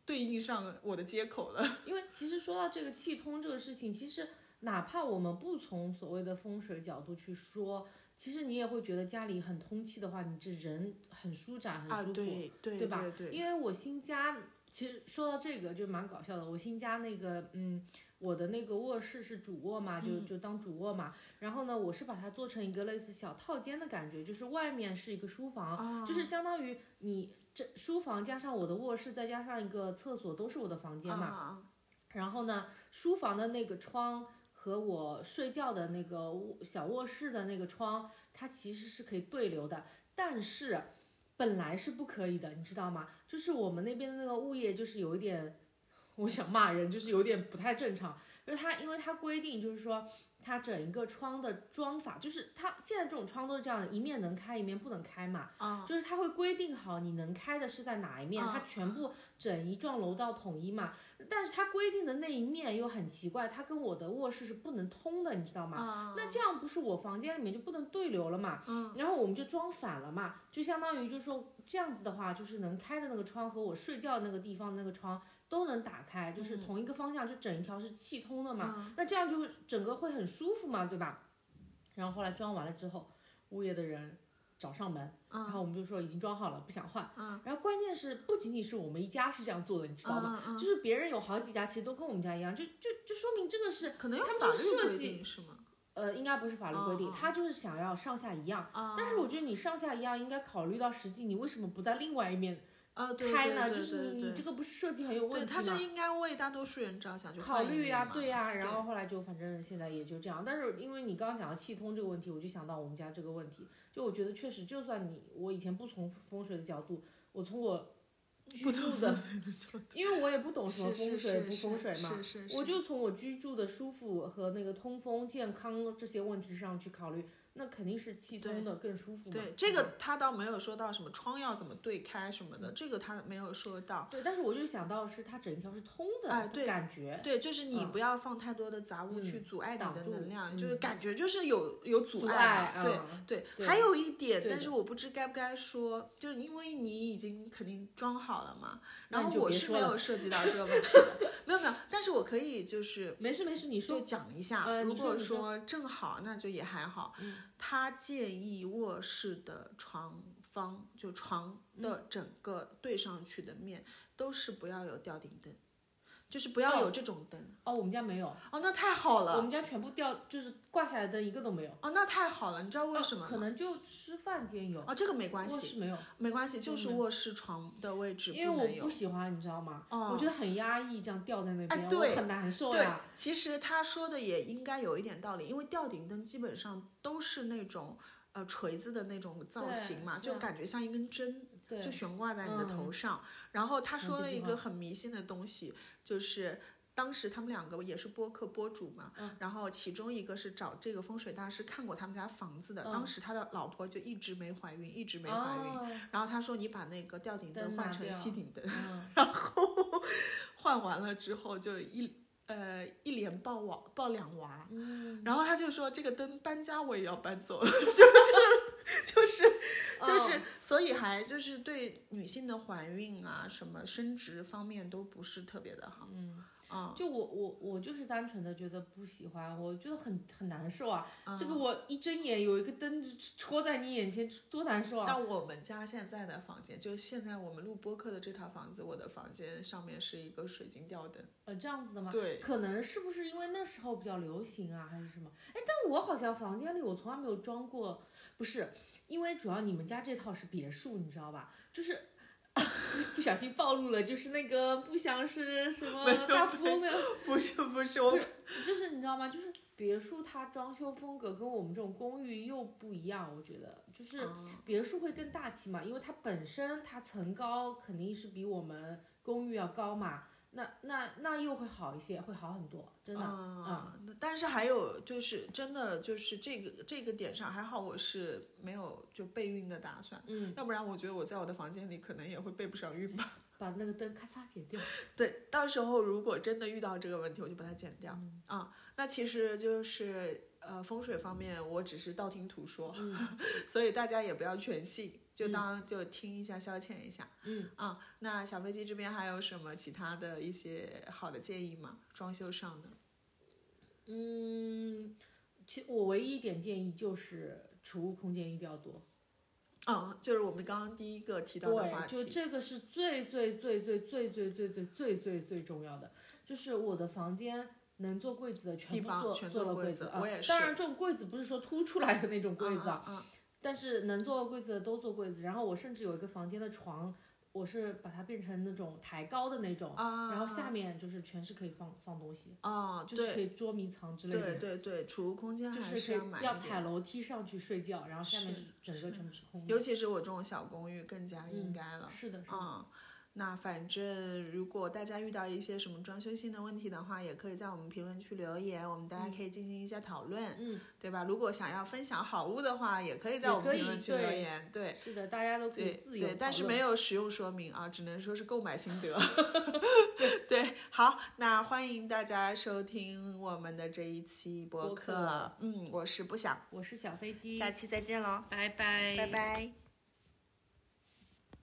[SPEAKER 2] 对应上我的接口了。
[SPEAKER 1] 因为其实说到这个气通这个事情，其实哪怕我们不从所谓的风水角度去说，其实你也会觉得家里很通气的话，你这人很舒展，很
[SPEAKER 2] 啊，
[SPEAKER 1] 舒服。
[SPEAKER 2] 对对
[SPEAKER 1] 对吧
[SPEAKER 2] 对对，啊
[SPEAKER 1] 因为我新家，其实说到这个就蛮搞笑的。我新家那个，嗯，我的那个卧室是主卧嘛，就就当主卧嘛。然后呢，我是把它做成一个类似小套间的感觉，就是外面是一个书房，就是相当于你这书房加上我的卧室，再加上一个厕所，都是我的房间嘛。
[SPEAKER 2] 啊
[SPEAKER 1] 然后呢，书房的那个窗和我睡觉的那个卧小卧室的那个窗，它其实是可以对流的，但是本来是不可以的，你知道吗？就是我们那边的那个物业，就是有一点，我想骂人，就是有点不太正常。就是它，因为它规定就是说，它整一个窗的装法，就是它现在这种窗都是这样的，一面能开，一面不能开嘛。
[SPEAKER 2] 啊
[SPEAKER 1] 就是它会规定好你能开的是在哪一面，
[SPEAKER 2] 啊
[SPEAKER 1] 它全部整一幢楼道统一嘛。但是它规定的那一面又很奇怪，它跟我的卧室是不能通的，你知道吗？
[SPEAKER 2] 啊
[SPEAKER 1] 那这样不是我房间里面就不能对流了嘛？然后我们就装反了嘛，就相当于就是说这样子的话，就是能开的那个窗和我睡觉那个地方那个窗都能打开，就是同一个方向，就整一条是气通的嘛。那这样就会整个会很舒服嘛，对吧？然后后来装完了之后，物业的人找上门，然后我们就说已经装好了，不想换。然后关键是不仅仅是我们一家是这样做的，你知道吗？
[SPEAKER 2] 吗？
[SPEAKER 1] 就是别人有好几家其实都跟我们家一样，就就就说明这个是
[SPEAKER 2] 可能有
[SPEAKER 1] 他们
[SPEAKER 2] 法
[SPEAKER 1] 这
[SPEAKER 2] 律
[SPEAKER 1] 个设
[SPEAKER 2] 规
[SPEAKER 1] 计
[SPEAKER 2] 定是吗？
[SPEAKER 1] 呃，应该不是法律规定，
[SPEAKER 2] 哦哦
[SPEAKER 1] 他就是想要上下一样。
[SPEAKER 2] 啊，
[SPEAKER 1] 但是我觉得你上下一样应该考虑到实际，你为什么不在另外一面
[SPEAKER 2] 啊，对
[SPEAKER 1] 开
[SPEAKER 2] 对
[SPEAKER 1] 呢？
[SPEAKER 2] 对
[SPEAKER 1] 就是
[SPEAKER 2] 对
[SPEAKER 1] 你
[SPEAKER 2] 对
[SPEAKER 1] 你这个不是设计很有
[SPEAKER 2] 对，
[SPEAKER 1] 问题
[SPEAKER 2] 他就
[SPEAKER 1] 吗？
[SPEAKER 2] 应该为大多数人着想，就
[SPEAKER 1] 考
[SPEAKER 2] 换一
[SPEAKER 1] 虑
[SPEAKER 2] 面
[SPEAKER 1] 呀、
[SPEAKER 2] 嘛
[SPEAKER 1] 对呀、然
[SPEAKER 2] 对
[SPEAKER 1] 后后来就反正现在也就这样。但是因为你刚刚讲到气通这个问题，我就想到我们家这个问题，就我觉得确实，就算你我以前不从风水的角度，我从我居
[SPEAKER 2] 不错
[SPEAKER 1] 住的， 因为我也不懂
[SPEAKER 2] 是
[SPEAKER 1] 什么风
[SPEAKER 2] 是
[SPEAKER 1] 水
[SPEAKER 2] 是
[SPEAKER 1] 不
[SPEAKER 2] 是
[SPEAKER 1] 风水嘛，
[SPEAKER 2] 是是是，
[SPEAKER 1] 我就从我居住的舒服和那个通风、健康这些问题上去考虑，那肯定是气通的更舒服嘛。
[SPEAKER 2] 对这
[SPEAKER 1] 吧
[SPEAKER 2] 个他倒没有说到什么窗要怎么对开什么的，这个他没有说到。
[SPEAKER 1] 对，但是我就想到是它整一条是通的，
[SPEAKER 2] 哎对
[SPEAKER 1] 感觉
[SPEAKER 2] 对，就是你
[SPEAKER 1] 嗯
[SPEAKER 2] 不要放太多的杂物去阻碍你
[SPEAKER 1] 挡
[SPEAKER 2] 的
[SPEAKER 1] 住
[SPEAKER 2] 能量，
[SPEAKER 1] 嗯
[SPEAKER 2] 就是感觉就是有有阻
[SPEAKER 1] 阻
[SPEAKER 2] 碍
[SPEAKER 1] 碍
[SPEAKER 2] 嘛。对
[SPEAKER 1] 啊
[SPEAKER 2] 对，
[SPEAKER 1] 对
[SPEAKER 2] 还有一点，
[SPEAKER 1] 对
[SPEAKER 2] 但
[SPEAKER 1] 的
[SPEAKER 2] 是我不知该不该说，就是因为你已经肯定装好了嘛，
[SPEAKER 1] 那
[SPEAKER 2] 然
[SPEAKER 1] 你
[SPEAKER 2] 后
[SPEAKER 1] 就
[SPEAKER 2] 我
[SPEAKER 1] 别
[SPEAKER 2] 是
[SPEAKER 1] 说
[SPEAKER 2] 没
[SPEAKER 1] 了
[SPEAKER 2] 有涉及到这个问题 的，没有没有，但是我可以就是
[SPEAKER 1] 没事没事，你
[SPEAKER 2] 就
[SPEAKER 1] 说
[SPEAKER 2] 讲一下，
[SPEAKER 1] 呃
[SPEAKER 2] 如
[SPEAKER 1] 你说
[SPEAKER 2] 果
[SPEAKER 1] 你说嗯
[SPEAKER 2] 说正好，那就也还好。他建议卧室的床方，就床
[SPEAKER 1] 嗯
[SPEAKER 2] 的整个对上去的面、都是不要有吊顶灯，就是不要有这种灯。
[SPEAKER 1] 哦，我们家没有，
[SPEAKER 2] 哦，那太好
[SPEAKER 1] 我
[SPEAKER 2] 了。
[SPEAKER 1] 们家全部掉，就是挂下来的一个都没有。
[SPEAKER 2] 哦，那太好了，你知道为
[SPEAKER 1] 哦
[SPEAKER 2] 什么
[SPEAKER 1] 可
[SPEAKER 2] 吗？
[SPEAKER 1] 能就吃饭间有，
[SPEAKER 2] 哦，这个没
[SPEAKER 1] 卧
[SPEAKER 2] 关系，
[SPEAKER 1] 室没有，
[SPEAKER 2] 没关系，就是卧室床的位置
[SPEAKER 1] 嗯因为
[SPEAKER 2] 能
[SPEAKER 1] 我
[SPEAKER 2] 有
[SPEAKER 1] 不。喜欢，你知道吗？
[SPEAKER 2] 哦
[SPEAKER 1] 我觉得很压抑，这样吊在那边，
[SPEAKER 2] 哎对
[SPEAKER 1] 我很难受
[SPEAKER 2] 对
[SPEAKER 1] 呀。，
[SPEAKER 2] 其实他说的也应该有一点道理，因为吊顶灯基本上都是那种呃锤子的那种造
[SPEAKER 1] 对
[SPEAKER 2] 型嘛，
[SPEAKER 1] 是
[SPEAKER 2] 就
[SPEAKER 1] 啊
[SPEAKER 2] 感觉像一根针，
[SPEAKER 1] 对，嗯
[SPEAKER 2] 就悬挂在你的头上。然后他说了一个很迷信的东西，就是。当时他们两个也是播客播主嘛，
[SPEAKER 1] 嗯
[SPEAKER 2] 然后其中一个是找这个风水大师看过他们家房子的，
[SPEAKER 1] 嗯
[SPEAKER 2] 当时他的老婆就一直没怀孕，一直没怀孕，
[SPEAKER 1] 啊，
[SPEAKER 2] 然后他说你把那个吊顶
[SPEAKER 1] 灯
[SPEAKER 2] 灯
[SPEAKER 1] 拿
[SPEAKER 2] 换成
[SPEAKER 1] 掉
[SPEAKER 2] 吸顶灯，
[SPEAKER 1] 嗯
[SPEAKER 2] 然后换完了之后就一呃一连抱娃抱两娃，
[SPEAKER 1] 嗯，
[SPEAKER 2] 然后他就说这个灯搬家我也要搬走， 就是就是就是，
[SPEAKER 1] 哦
[SPEAKER 2] 所以还就是对女性的怀孕啊什么生殖方面都不是特别的好，
[SPEAKER 1] 嗯
[SPEAKER 2] 啊、
[SPEAKER 1] 就我我我就是单纯的觉得不喜欢，我觉得很很难受啊。
[SPEAKER 2] 嗯
[SPEAKER 1] 这个我一睁眼有一个灯就戳在你眼前，多难受啊！
[SPEAKER 2] 但我们家现在的房间，就是现在我们录播客的这套房子，我的房间上面是一个水晶吊灯。
[SPEAKER 1] 呃，这样子的吗？
[SPEAKER 2] 对，
[SPEAKER 1] 可能是不是因为那时候比较流行啊，还是什么？哎，但我好像房间里我从来没有装过，不是，因为主要你们家这套是别墅，你知道吧？就是。 不小心暴露了，就是那个不像是什么
[SPEAKER 2] 没有
[SPEAKER 1] 大富翁那
[SPEAKER 2] 不是不 是，我
[SPEAKER 1] 就是你知道吗？就是别墅它装修风格跟我们这种公寓又不一样，我觉得就是
[SPEAKER 2] 啊
[SPEAKER 1] 别墅会更大气嘛，因为它本身它层高肯定是比我们公寓要高嘛，那那那又会好一些，会好很多，真的。嗯
[SPEAKER 2] 啊、那但是还有就是真的就是这个这个点上还好我是没有就备孕的打算，
[SPEAKER 1] 嗯，
[SPEAKER 2] 要不然我觉得我在我的房间里可能也会备不上孕吧。
[SPEAKER 1] 把那个灯咔嚓剪掉。
[SPEAKER 2] 对， 到时候如果真的遇到这个问题，我就把它剪掉、
[SPEAKER 1] 嗯
[SPEAKER 2] 啊。 那其实就是呃风水方面，我只是道听途说，
[SPEAKER 1] 嗯
[SPEAKER 2] 所以大家也不要全信，就当就听一下、消遣一下。
[SPEAKER 1] 嗯
[SPEAKER 2] 啊，那小飞机这边还有什么其他的一些好的建议吗？装修上的？
[SPEAKER 1] 嗯，其我唯一一点建议就是储物空间一定要多。
[SPEAKER 2] 嗯，就是我们刚刚第一个提到的话
[SPEAKER 1] 对，就
[SPEAKER 2] 题。
[SPEAKER 1] 这个是最最最最最最最最最最最重要的，就是我的房间能做柜子的
[SPEAKER 2] 地
[SPEAKER 1] 全部
[SPEAKER 2] 方
[SPEAKER 1] 做
[SPEAKER 2] 全
[SPEAKER 1] 做
[SPEAKER 2] 做
[SPEAKER 1] 了
[SPEAKER 2] 柜
[SPEAKER 1] 柜
[SPEAKER 2] 子
[SPEAKER 1] 啊
[SPEAKER 2] 我也
[SPEAKER 1] 当
[SPEAKER 2] 是
[SPEAKER 1] 然，这种柜子不是说凸出来的那种柜子啊，
[SPEAKER 2] 啊，嗯
[SPEAKER 1] 但是能做柜子的都做柜子。然后我甚至有一个房间的床，我是把它变成那种抬高的那种，
[SPEAKER 2] 啊，
[SPEAKER 1] 然后下面就是全是可以放放东西，
[SPEAKER 2] 啊，
[SPEAKER 1] 就是可
[SPEAKER 2] 对
[SPEAKER 1] 以捉迷藏之类
[SPEAKER 2] 对
[SPEAKER 1] 的。
[SPEAKER 2] 对对，储物空间
[SPEAKER 1] 就
[SPEAKER 2] 还
[SPEAKER 1] 是
[SPEAKER 2] 要
[SPEAKER 1] 可
[SPEAKER 2] 满
[SPEAKER 1] 以要
[SPEAKER 2] 一点
[SPEAKER 1] 踩楼梯上去睡觉，然后下面是
[SPEAKER 2] 是
[SPEAKER 1] 整个全部是空的。
[SPEAKER 2] 尤其是我这种小公寓更加应该了。
[SPEAKER 1] 嗯是的，是的。
[SPEAKER 2] 啊、那反正如果大家遇到一些什么装修性的问题的话，也可以在我们评论区留言，我们大家可以进行一下讨论，
[SPEAKER 1] 嗯，
[SPEAKER 2] 对吧？如果想要分享好物的话，也可以在
[SPEAKER 1] 也
[SPEAKER 2] 我们
[SPEAKER 1] 可
[SPEAKER 2] 评
[SPEAKER 1] 以
[SPEAKER 2] 论区
[SPEAKER 1] 对
[SPEAKER 2] 留言，对。
[SPEAKER 1] 是的，大家都可以
[SPEAKER 2] 对
[SPEAKER 1] 自由
[SPEAKER 2] 对，但是
[SPEAKER 1] 讨论
[SPEAKER 2] 没有使用说明啊，只能说是购买心 得。对，好，那欢迎大家收听我们的这一期播
[SPEAKER 1] 播
[SPEAKER 2] 客。
[SPEAKER 1] 客
[SPEAKER 2] 嗯，我是不想，
[SPEAKER 1] 我是小飞机，
[SPEAKER 2] 下期再见喽，
[SPEAKER 1] 拜拜，
[SPEAKER 2] 拜拜